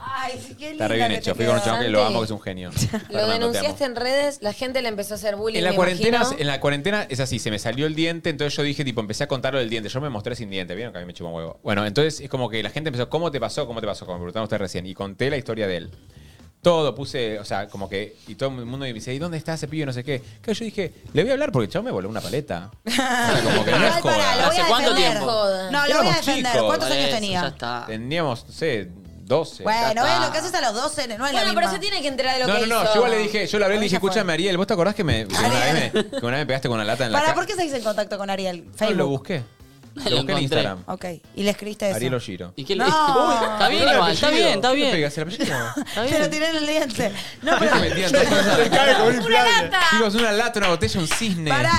Ay, sí, qué linda.
Está re bien
que te
hecho. Fui con un
quedó.
chabón que lo amo, que es un
[LAUGHS]
genio. [LAUGHS] Fernando, te
Lo
amo.
denunciaste en redes, la gente le empezó a hacer bullying.
En eh. la,
me
cuarentena,
imagino.
en la cuarentena es así, se me salió el diente, entonces yo dije, tipo, empecé a contarlo del diente. Yo me mostré sin diente, vieron que a mí me chupó un huevo. Bueno, entonces es como que la gente empezó, ¿cómo te pasó? ¿Cómo te pasó? Como me preguntaron ustedes recién. Y conté la historia de él. Todo puse, o sea, como que, y todo el mundo me dice, ¿y dónde está ese pibe? No sé qué. Claro, yo dije, le voy a hablar porque el chabón me voló una
[LAUGHS]
paleta. O sea, como que no es
Igual, pará, lo
joda.
voy a
¿Hace cuánto
defender.
tiempo?
No, lo voy a
Éramos
defender.
chicos.
¿Cuántos años
Eso,
tenía?
Ya está.
Teníamos, no sé, 12.
Bueno,
Ya
ves
está.
lo que haces a los 12, no es la
Bueno,
misma.
pero se tiene que enterar de lo
No, no,
que
no,
hizo.
yo igual le dije, yo la hablé y
Ahí
le dije,
ya fue.
escúchame, Ariel, ¿vos te acordás que, me, que una, vez me, que una vez me pegaste con una lata en la cara?
¿Para por qué seguís en contacto con Ariel?
No,
Facebook.
lo busqué.
[LAUGHS]
Lo,
Lo
busqué en
encontré.
Instagram.
Ok, y le escribiste eso.
Ariel Oshiro.
¿Y qué [LAUGHS]
No.
le Está bien,
Pero el
igual, está
apellido,
bien, está
¿qué
bien.
le pegas? ¿El apellido?
Está
Te lo
bien.
tiré en el diente. No,
¿Qué
pero.
te metían todas esas
Se
cosas?
cae con un inflable.
Chicos, una lata, una botella, un cisne.
Pará.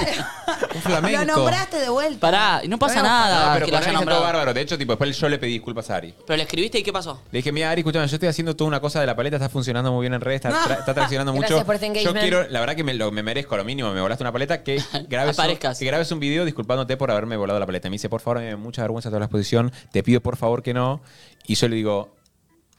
Un flamenco.
Lo nombraste de vuelta.
Pará, y no pasa nada
No, pero
que lo haya
con Ari está todo
nombrado.
bárbaro. De hecho, tipo, después yo le pedí disculpas a Ari.
Pero le escribiste y ¿qué pasó?
Le dije, mira, Ari, escúchame, yo estoy haciendo toda una cosa de la paleta, está funcionando muy bien en redes, está,
No.
tra-
[LAUGHS]
está traccionando mucho.
Gracias por este engagement.
Yo quiero, la verdad que me, lo- me merezco lo mínimo, me volaste una paleta,
[LAUGHS]
que grabes,
Aparezcas.
Un, que grabes un video disculpándote por haberme volado la paleta. Me dice, por favor, me da mucha vergüenza toda la exposición, te pido por favor que no. Y yo le digo,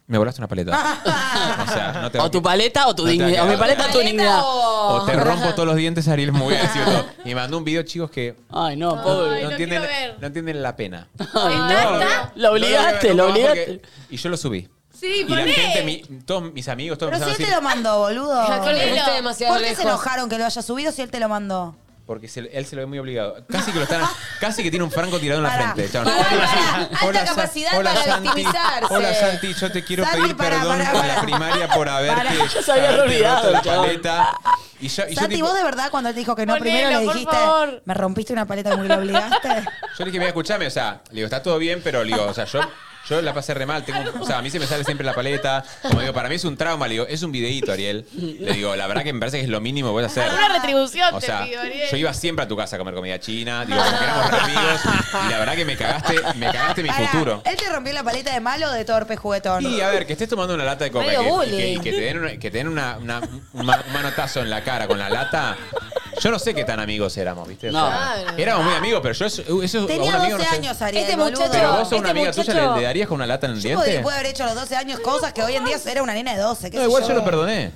me volaste una paleta.
[LAUGHS]
o sea, no te va
O
a-
tu paleta o tu
No te va a
dignidad. O mi
quedar
paleta o tu
¿Paleta
dignidad.
o-
[LAUGHS]
O te rompo todos los dientes, Ariel, muy bien. decirlo todo. Y me mandó un video, chicos, que
Ay, no, pobre.
Ay, lo
entienden,
quiero ver.
no entienden la pena.
Ay, no. Lo obligaste,
No,
lo
no, no, no,
obligaste.
porque- Y yo lo subí.
Sí,
Y la
poné.
gente, mi- todos mis amigos, todos
Pero si
empezaron
él
a decir,
te lo mandó, boludo.
Ya que lo fuiste demasiado
¿Por qué se
lejos.
enojaron que lo haya subido si él te lo mandó?
Porque se- él se lo ve muy obligado. Casi que lo están. casi que tiene un franco tirado en la
Pará.
frente. Chabón.
Pará, pará. Alta
Hola, Sa-
capacidad
hola,
para
Santi.
victimizarse.
Hola, Santi. Yo te quiero
Santi,
pedir
pará,
perdón
pará,
por
pará.
la primaria por haberte.
Pará.
Ya se había
haberte
olvidado,
roto la
chabón.
paleta. Y yo, [LAUGHS] y yo,
Santi,
tipo,
vos de verdad cuando él te dijo que no,
Ponelo,
primero le
por
dijiste,
favor.
me rompiste una paleta como que lo
[LAUGHS]
obligaste.
Yo le dije, mira, escuchame, o sea, le digo, está todo bien, pero le digo, o sea, yo, yo la pasé re mal. Tengo, un- o sea, a mí se me sale siempre la paleta. Como digo, para mí es un trauma. Le digo, es un videíto, Ariel. Le digo, la verdad que me parece que es lo mínimo que voy a hacer.
Alguna
Ah.
retribución
O sea,
te pido, Ariel.
yo iba siempre a tu casa a comer comida china, digo, como que éramos re amigos, y la verdad que me cagaste, me cagaste mi
Pará,
futuro.
¿Él te rompió la paleta de malo o de torpe juguetón?
Y a ver, que estés tomando una lata de coca
Medio
y que- y que, y
bullying.
que te den, una- que te den una- una- un, ma- un manotazo en la cara con la lata. Yo no sé qué tan amigos éramos, ¿viste? O
No.
sea, éramos muy amigos, pero yo eso, eso a un
Tenía
amigo
12
no sé.
años, Ariel,
Este
boludo.
muchacho-
Pero vos a
Este
una amiga tuya
muchacho-
le, le daría con una lata en el
Yo podría,
diente.
pude haber hecho a los 12 años cosas que hoy en día era una nena de 12. qué
No,
sé
igual yo lo perdoné.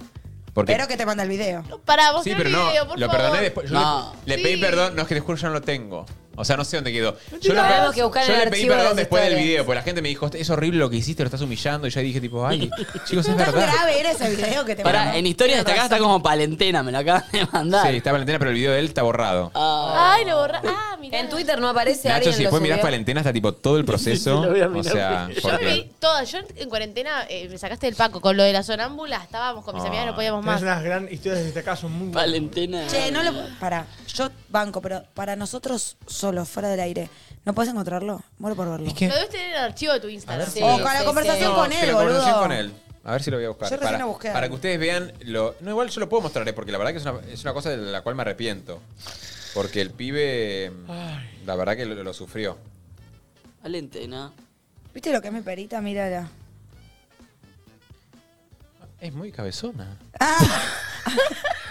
Porque
Pero que te manda el video.
Para vos
Sí,
tenés
pero no,
video, por
lo
favor.
perdoné después. Yo le-
No.
le,
Sí.
pedí perdón, no es que te juro yo no lo tengo. O sea, no sé dónde quedó. Yo,
Tenemos
le pedí-
que buscar
yo
el
le pedí
archivo de
perdón
las
después del
historias.
video, porque la gente me dijo, es horrible lo que hiciste, lo estás humillando. Y yo dije, tipo, ay, chicos, es
Tan
verdad.
grave era ese video que te
Pará,
mandó.
en historia destacada está como palentena, me lo acaban de mandar.
Sí, está Valentina, pero el video de él está borrado.
Ay, lo borra. Ah, mirá.
En Twitter no aparece
Nacho,
Ah, alguien
si
lo
después
subió.
mirás Valentina, está tipo todo el proceso.
Sí, lo voy a
o
mirar.
sea,
Yo me
porque-
vi todas. Yo en cuarentena eh, me sacaste del paco. Con lo de la sonámbula estábamos con mis
Ah.
amigas, no podíamos
Tienes
más.
unas gran historias desde acá, son muy buenas.
Palentena.
Che, no lo. Pará, yo banco, pero para nosotros solos, fuera del aire, ¿no podés encontrarlo? Muero por verlo.
Es que-
Lo debes tener en el archivo de tu Instagram.
sí.
o con la
sí,
conversación
sí.
con
No,
él,
que la
boludo.
conversación con él. A ver si lo voy a buscar.
Yo recién
para,
lo busqué.
para que ustedes vean lo. No, igual yo lo puedo mostrar, eh, porque la verdad que es una, es una cosa de la cual me arrepiento. Porque el pibe. La verdad que lo, lo sufrió.
Palentena.
¿Viste lo que es mi perita? Mírala.
Es muy cabezona.
Ah,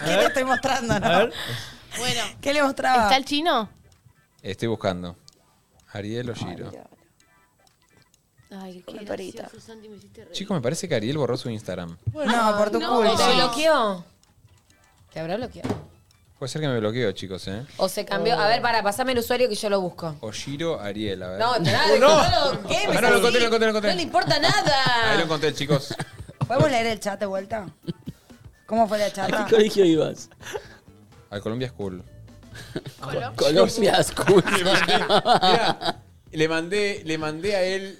¿Qué te estoy mostrando, no?
A ver,
Bueno,
¿Qué le mostraba?
¿está el chino?
Estoy buscando. Ariel o Giro.
Ay,
qué gracioso,
Chico, me parece que Ariel borró su Instagram.
No, por tu
no.
culpa.
¿O se bloqueó? ¿Te habrá bloqueado?
Puede ser que me bloqueo, chicos, ¿eh?
¿O se cambió? A ver, para, pasame el usuario que yo lo busco.
O Giro Ariel, a ver. [LAUGHS] ¡Oh,
No, te da- no lo quemes
Ah, no, lo encontré,
así.
lo encontré, lo encontré.
No le importa
Ahí lo
nada.
encontré, chicos.
¿Podemos leer el chat de vuelta? ¿Cómo fue la charla?
¿A qué colegio ibas?
Al Colombia School. [LAUGHS]
Colombia School.
Mira, le mandé, le mandé a él.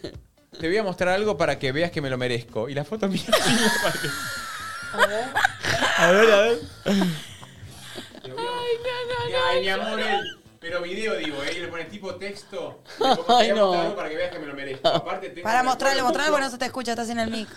Te voy a mostrar algo para que veas que me lo merezco. Y la foto mía.
[LAUGHS] a ver, a ver.
Ay, mi amor, él. Pero video, digo, ¿eh? Y le pones tipo texto. Le pongo,
Ay,
"Te voy a
no.
mostrar algo Para que veas que me lo merezco. Aparte, tengo
Para
un
mostrarle,
recuerdo
mostrarle,
justo-
porque no se te escucha, estás en el mic.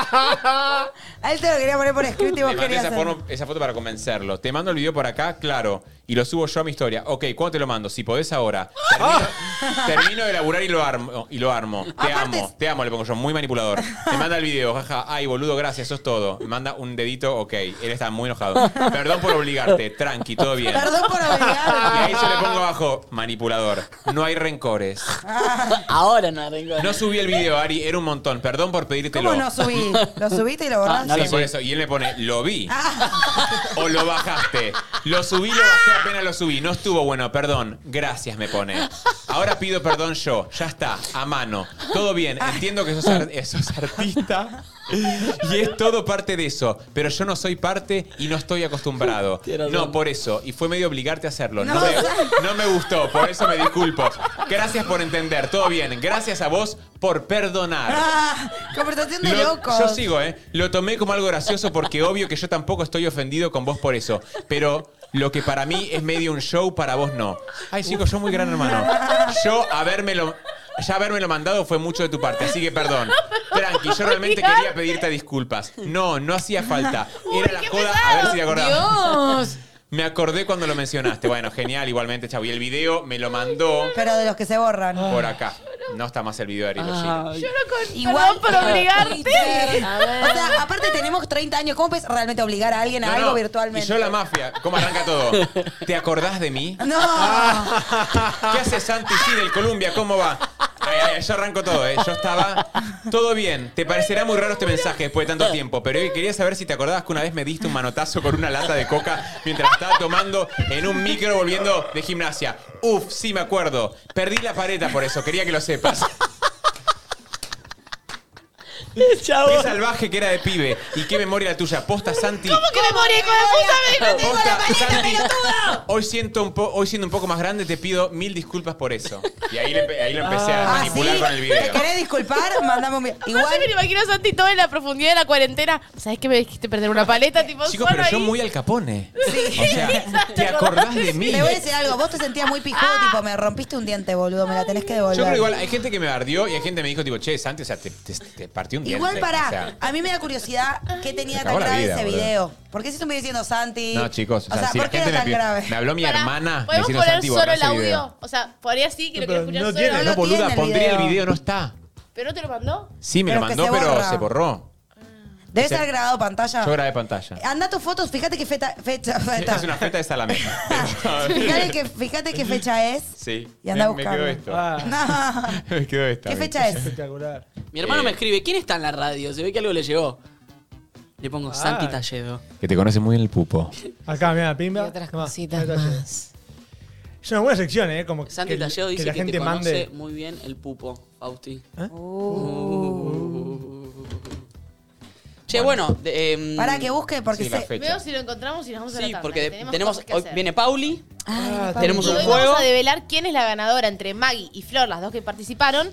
A él te lo quería poner por escrito y vos
Te mandé
querías.
esa,
hacer-
forma- esa foto para convencerlo. Te mando el video por acá, claro. Y lo subo yo a mi historia. Ok, ¿cuándo te lo mando? Si podés ahora. Termino, Ah. termino de laburar y lo armo. Y lo armo. Te
Aparte
amo, te amo, le pongo yo. Muy manipulador. Te manda el video, jaja. Ay, boludo, gracias, sos todo. Me Manda un dedito, ok. Él está muy enojado. Perdón por obligarte. Tranqui, todo bien.
Perdón
[LAUGHS]
por obligar.
Y ahí yo le pongo abajo, manipulador. No hay rencores.
Ah.
Ahora no arreglo.
No subí el video, Ari, era un montón. Perdón por pedírtelo.
¿Cómo no subí? ¿Lo subiste y lo
Ah,
borraste?
no lo
sí,
subí.
por eso. Y él me pone, lo vi. o lo bajaste. Lo subí, lo bajé, apenas lo subí. No estuvo bueno, perdón. Gracias, me pone. Ahora pido perdón yo. Ya está, a mano. Todo bien, entiendo que sos, ar- eh, sos artista. Y es todo parte de eso. Pero yo no soy parte y no estoy [LAUGHS] acostumbrado.
Tiene razón.
No, por eso. Y fue medio obligarte a hacerlo. No,
No,
me,
o sea-
no me gustó, por eso me disculpo. Gracias por entender, todo bien. Gracias a vos por perdonar.
Ah, conversación de
Lo-
locos.
Yo sigo, ¿eh? Lo tomé como algo gracioso porque obvio que yo tampoco estoy ofendido con vos por eso. Pero lo que para mí es medio un show, para vos no. Ay, chicos, yo muy gran hermano. Yo habérmelo... Ya habérmelo mandado fue mucho de tu parte, así que perdón. Tranqui, yo realmente quería pedirte disculpas. No, no hacía falta. Era la joda, a ver si te acordás.
Dios.
Me acordé cuando lo mencionaste. Bueno, genial, igualmente, chavo. Y el video me lo mandó
Pero de los que se borran.
por acá. No está más el video de Ari Logica.
Ay.
Lloro con
Igual-
Igual por obligarte.
A
O
ver.
sea, aparte tenemos 30 años. ¿Cómo puedes realmente obligar a alguien a
No,
algo
no.
virtualmente?
Y yo la mafia. ¿Cómo arranca todo? ¿Te acordás de mí?
No.
¿Qué hace Santi sí del Columbia? ¿Cómo va? Ay, ay, ay, yo arranco todo, ¿eh? Yo estaba... Todo bien. Te parecerá muy raro este mensaje después de tanto tiempo, pero hoy quería saber si te acordabas que una vez me diste un manotazo con una lata de coca mientras estaba tomando en un micro volviendo de gimnasia. Uf, sí me acuerdo. Perdí la paleta por eso. Quería que lo sepas.
Chavo.
Qué salvaje que era de pibe. Y qué memoria la tuya. Posta, Santi.
¿Cómo me morí con la puta me
Posta, Santi, Hoy, siento un po- hoy siendo un poco más grande te pido mil disculpas por eso. Y ahí, le empe- ahí lo empecé a
Ah,
manipular
¿sí?
con el video.
¿Te querés disculpar? Mandame un video.
Igual
Igual.
me lo imagino a Santi todo en la profundidad de la cuarentena. ¿Sabes que me dijiste perder una paleta? Tipo,
Chicos,
solo
pero yo
ahí.
muy al capone. O
[LAUGHS]
sea,
[LAUGHS]
¿te acordás de mí?
Te voy a decir algo, vos te sentías muy pijudo,
Ah.
tipo, me rompiste un diente, boludo, me la tenés que devolver.
Yo creo igual, hay gente que me bardió y hay gente que me dijo, tipo, che, Santi, o sea, te, te- te partí un diente.
Igual
O
pará,
sea,
a mí me da curiosidad qué tenía
Se
tan
acabó la
grave
vida,
ese
boludo.
video. ¿Por qué se estuvo diciendo Santi?
no, chicos, o sea, si la
¿por qué
gente me,
era tan
pi-
grave?
me habló mi
Pará,
hermana, me
¿Podemos
hicieron
poner
Santi borrá
solo el
ese
audio?
video.
O sea, podría sí, que lo quiero
Pero
escuchar
no
solo.
tiene,
No,
No lo tiene
boluda,
el
pondría el
video.
video, no está.
¿Pero no te lo mandó?
Sí, me
Pero
lo
que
mandó,
se
pero
borra.
se borró.
Debe
O sea,
estar grabado pantalla.
Yo grabé pantalla.
Anda tus fotos, fíjate qué feta-
[LAUGHS]
fecha. fecha.
Es una feta de
[LAUGHS]
salamera.
fíjate, qué, fíjate qué fecha es.
Sí.
Y anda a
me, me quedó
buscarlo.
esto.
Ah,
No.
[LAUGHS] Me quedó esta.
¿Qué fecha es?
espectacular.
Mi hermano
Eh.
me escribe, ¿quién está en la radio? Se ve que algo le llegó. Le pongo Santi
Ah.
Talledo.
Que te conoce muy bien el pupo.
Acá, mira,
Y
pimba.
otras
Tomá,
cositas
ahí está.
más.
Es una buena sección, ¿eh? Como
Santi
que,
Talledo
que
dice que,
la gente
te conoce
mande. ¿Eh?
muy bien el pupo, Fausti.
Uh.
Uh. Che, bueno. de- em,
Para que busque, porque
Sí, la
se.
fecha.
Veo si lo encontramos y nos vamos a la
Sí,
tanda,
porque
que
tenemos.
cosas que
hoy
hacer.
viene Pauli.
Ah,
Tenemos
Y
un
hoy
juego.
vamos a develar quién es la ganadora entre Maggie y Flor, las dos que participaron,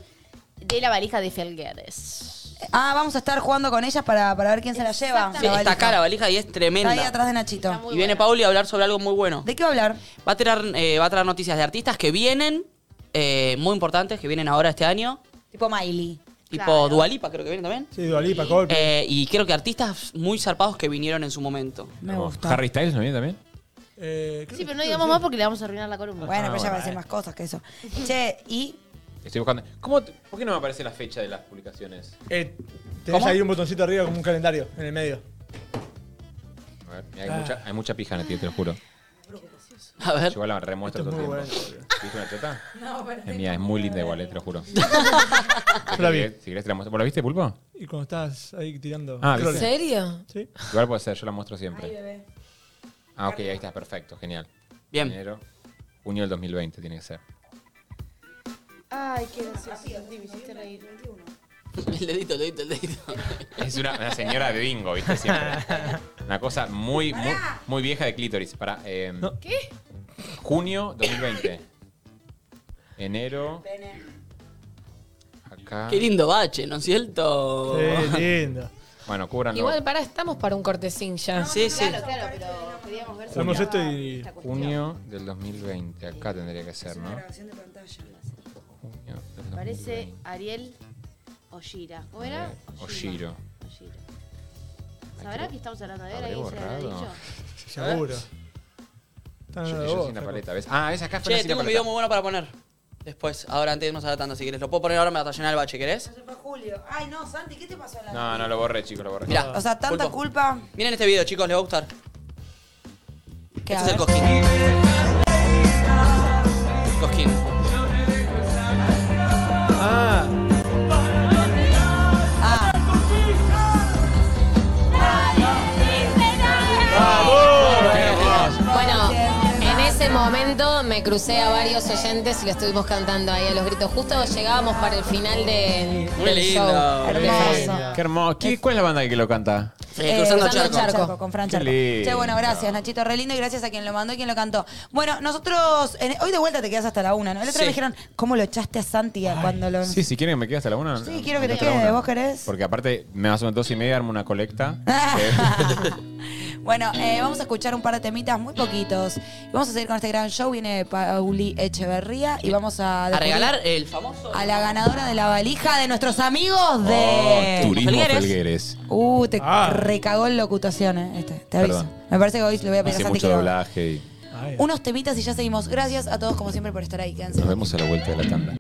de la valija de Felgueres.
Ah, vamos a estar jugando con ellas para, para ver quién se la lleva.
Exactamente.
Sí,
La
está
valija.
acá la valija y es
Está ahí
tremenda.
atrás de
Está
Nachito.
muy
y viene
buena.
Pauli a hablar sobre algo muy bueno.
¿De qué va a hablar?
Va a traer, eh, va a traer noticias de artistas que vienen, eh, muy importantes, que vienen ahora este año.
Tipo Miley.
Tipo
Claro.
Dualipa, creo que viene también.
Sí, Dualipa, Coldplay.
Eh, y creo que artistas muy zarpados que vinieron en su momento.
Me
Oh,
gusta.
Harry Styles no viene también.
Eh, creo
Sí,
que-
pero no digamos más porque le vamos a arruinar la columna.
Bueno, pero ya va a decir
eh.
más cosas que eso. Che, y.
Estoy buscando. ¿Cómo, te- ¿Por qué no me aparece la fecha de las publicaciones?
Eh, tenés
¿Cómo?
ahí un botoncito arriba como un calendario en el medio.
A ver, mirá, hay,
ah.
mucha, hay mucha pija en el tío, te lo juro.
A ver.
Yo igual la remuestro
Esto
todo
es
el tiempo.
muy
¿Viste una chota? [LAUGHS] No, pero. Es mía, es muy linda igual, eh, te lo [LAUGHS] juro.
Yo la vi.
Si querés te la muestro. ¿Vos la viste, Pulpo?
Y cuando estás ahí tirando.
Ah,
flores.
¿En serio?
Sí.
Igual puede ser, yo la muestro siempre. Ah, ok, ahí está, perfecto, genial.
Bien.
Enero, junio del 2020 tiene que ser.
Ay, qué gracioso. Me hiciste reír.
[LAUGHS] El dedito, el dedito, el dedito.
Es una, una señora de bingo, ¿viste? Siempre. Una cosa muy, muy, muy vieja de clítoris. Para,
No.
¿Qué? Junio 2020. Enero. Acá.
Qué lindo bache, ¿no es cierto?
Sí, lindo.
Bueno, cúbranlo.
Igual, para, estamos para un cortecín ya.
Sí, sí.
Claro, claro, pero quería
podíamos ver si
Hacemos esto
estaba
este y-
esta cuestión.
Junio del 2020, acá tendría que ser, ¿no?
Grabación de pantalla.
Junio del
Parece Ariel Oshira. ¿Cómo era?
2020. O Giro.
Oshira. ¿Sabrá que estamos hablando de él?
¿Habré
¿Alguien se habrá
borrado?
dicho?
[LAUGHS] Seguro.
Yo, yo
vos,
sin la
Franco.
paleta, ¿ves? Ah, es acá, Fran,
Che,
sin la
tengo un
paleta.
video muy bueno para poner. Después, ahora antes no se tanto si querés. Lo puedo poner ahora, me va a llenar el bache, ¿querés?
Se fue Julio. Ay, no, Santi, ¿qué te pasó en la
No, no, lo borré, chicos, lo borré.
Mirá.
Ah. O sea, tanta
Pulpo.
culpa
Miren este video, chicos, les va a gustar.
que
Este es
a
el
ver,
cosquín. Cosquín.
Ah,
Bueno, en ese momento me crucé a varios oyentes y lo estuvimos cantando ahí a los gritos. Justo llegábamos para el final del,
Muy
del
lindo.
show.
hermoso.
Qué hermoso. ¿Qui- ¿Cuál es la banda que lo canta?
Sí,
Eh,
cruzando
Cruzando
charco.
Charco.
con Fran
Qué
Charco.
lindo.
Che, bueno, gracias, Nachito, re lindo y gracias a quien lo mandó y quien lo cantó. Bueno, nosotros, en- hoy de vuelta te quedas hasta la una, ¿no? El otro día
Sí.
me dijeron, ¿cómo lo echaste a Santi a cuando lo.
Sí, si quieren que me quede hasta la una.
Sí, quiero que
me
te
quedo hasta la
quede,
una.
¿vos querés?
Porque aparte, me más o menos dos y media armo una colecta.
bueno, eh, vamos a escuchar un par de temitas muy poquitos. Y vamos a seguir con este gran show. Viene Pauli Echeverría y vamos a.
A
descubrir
regalar el famoso.
A la ganadora de la valija de nuestros amigos de.
Oh, Turismo
Felgueres.
Felgueres.
Uh, te
Ah.
recagó en locutoción, eh, este. Te aviso.
Oh, Perdón.
Me parece que hoy le voy a pedir a
Hice
Santi
mucho
que lo-
doblaje y
ahí.
Unos temitas y ya seguimos. Gracias a todos, como siempre, por estar ahí. Quédense.
nos vemos a la vuelta de la tanda.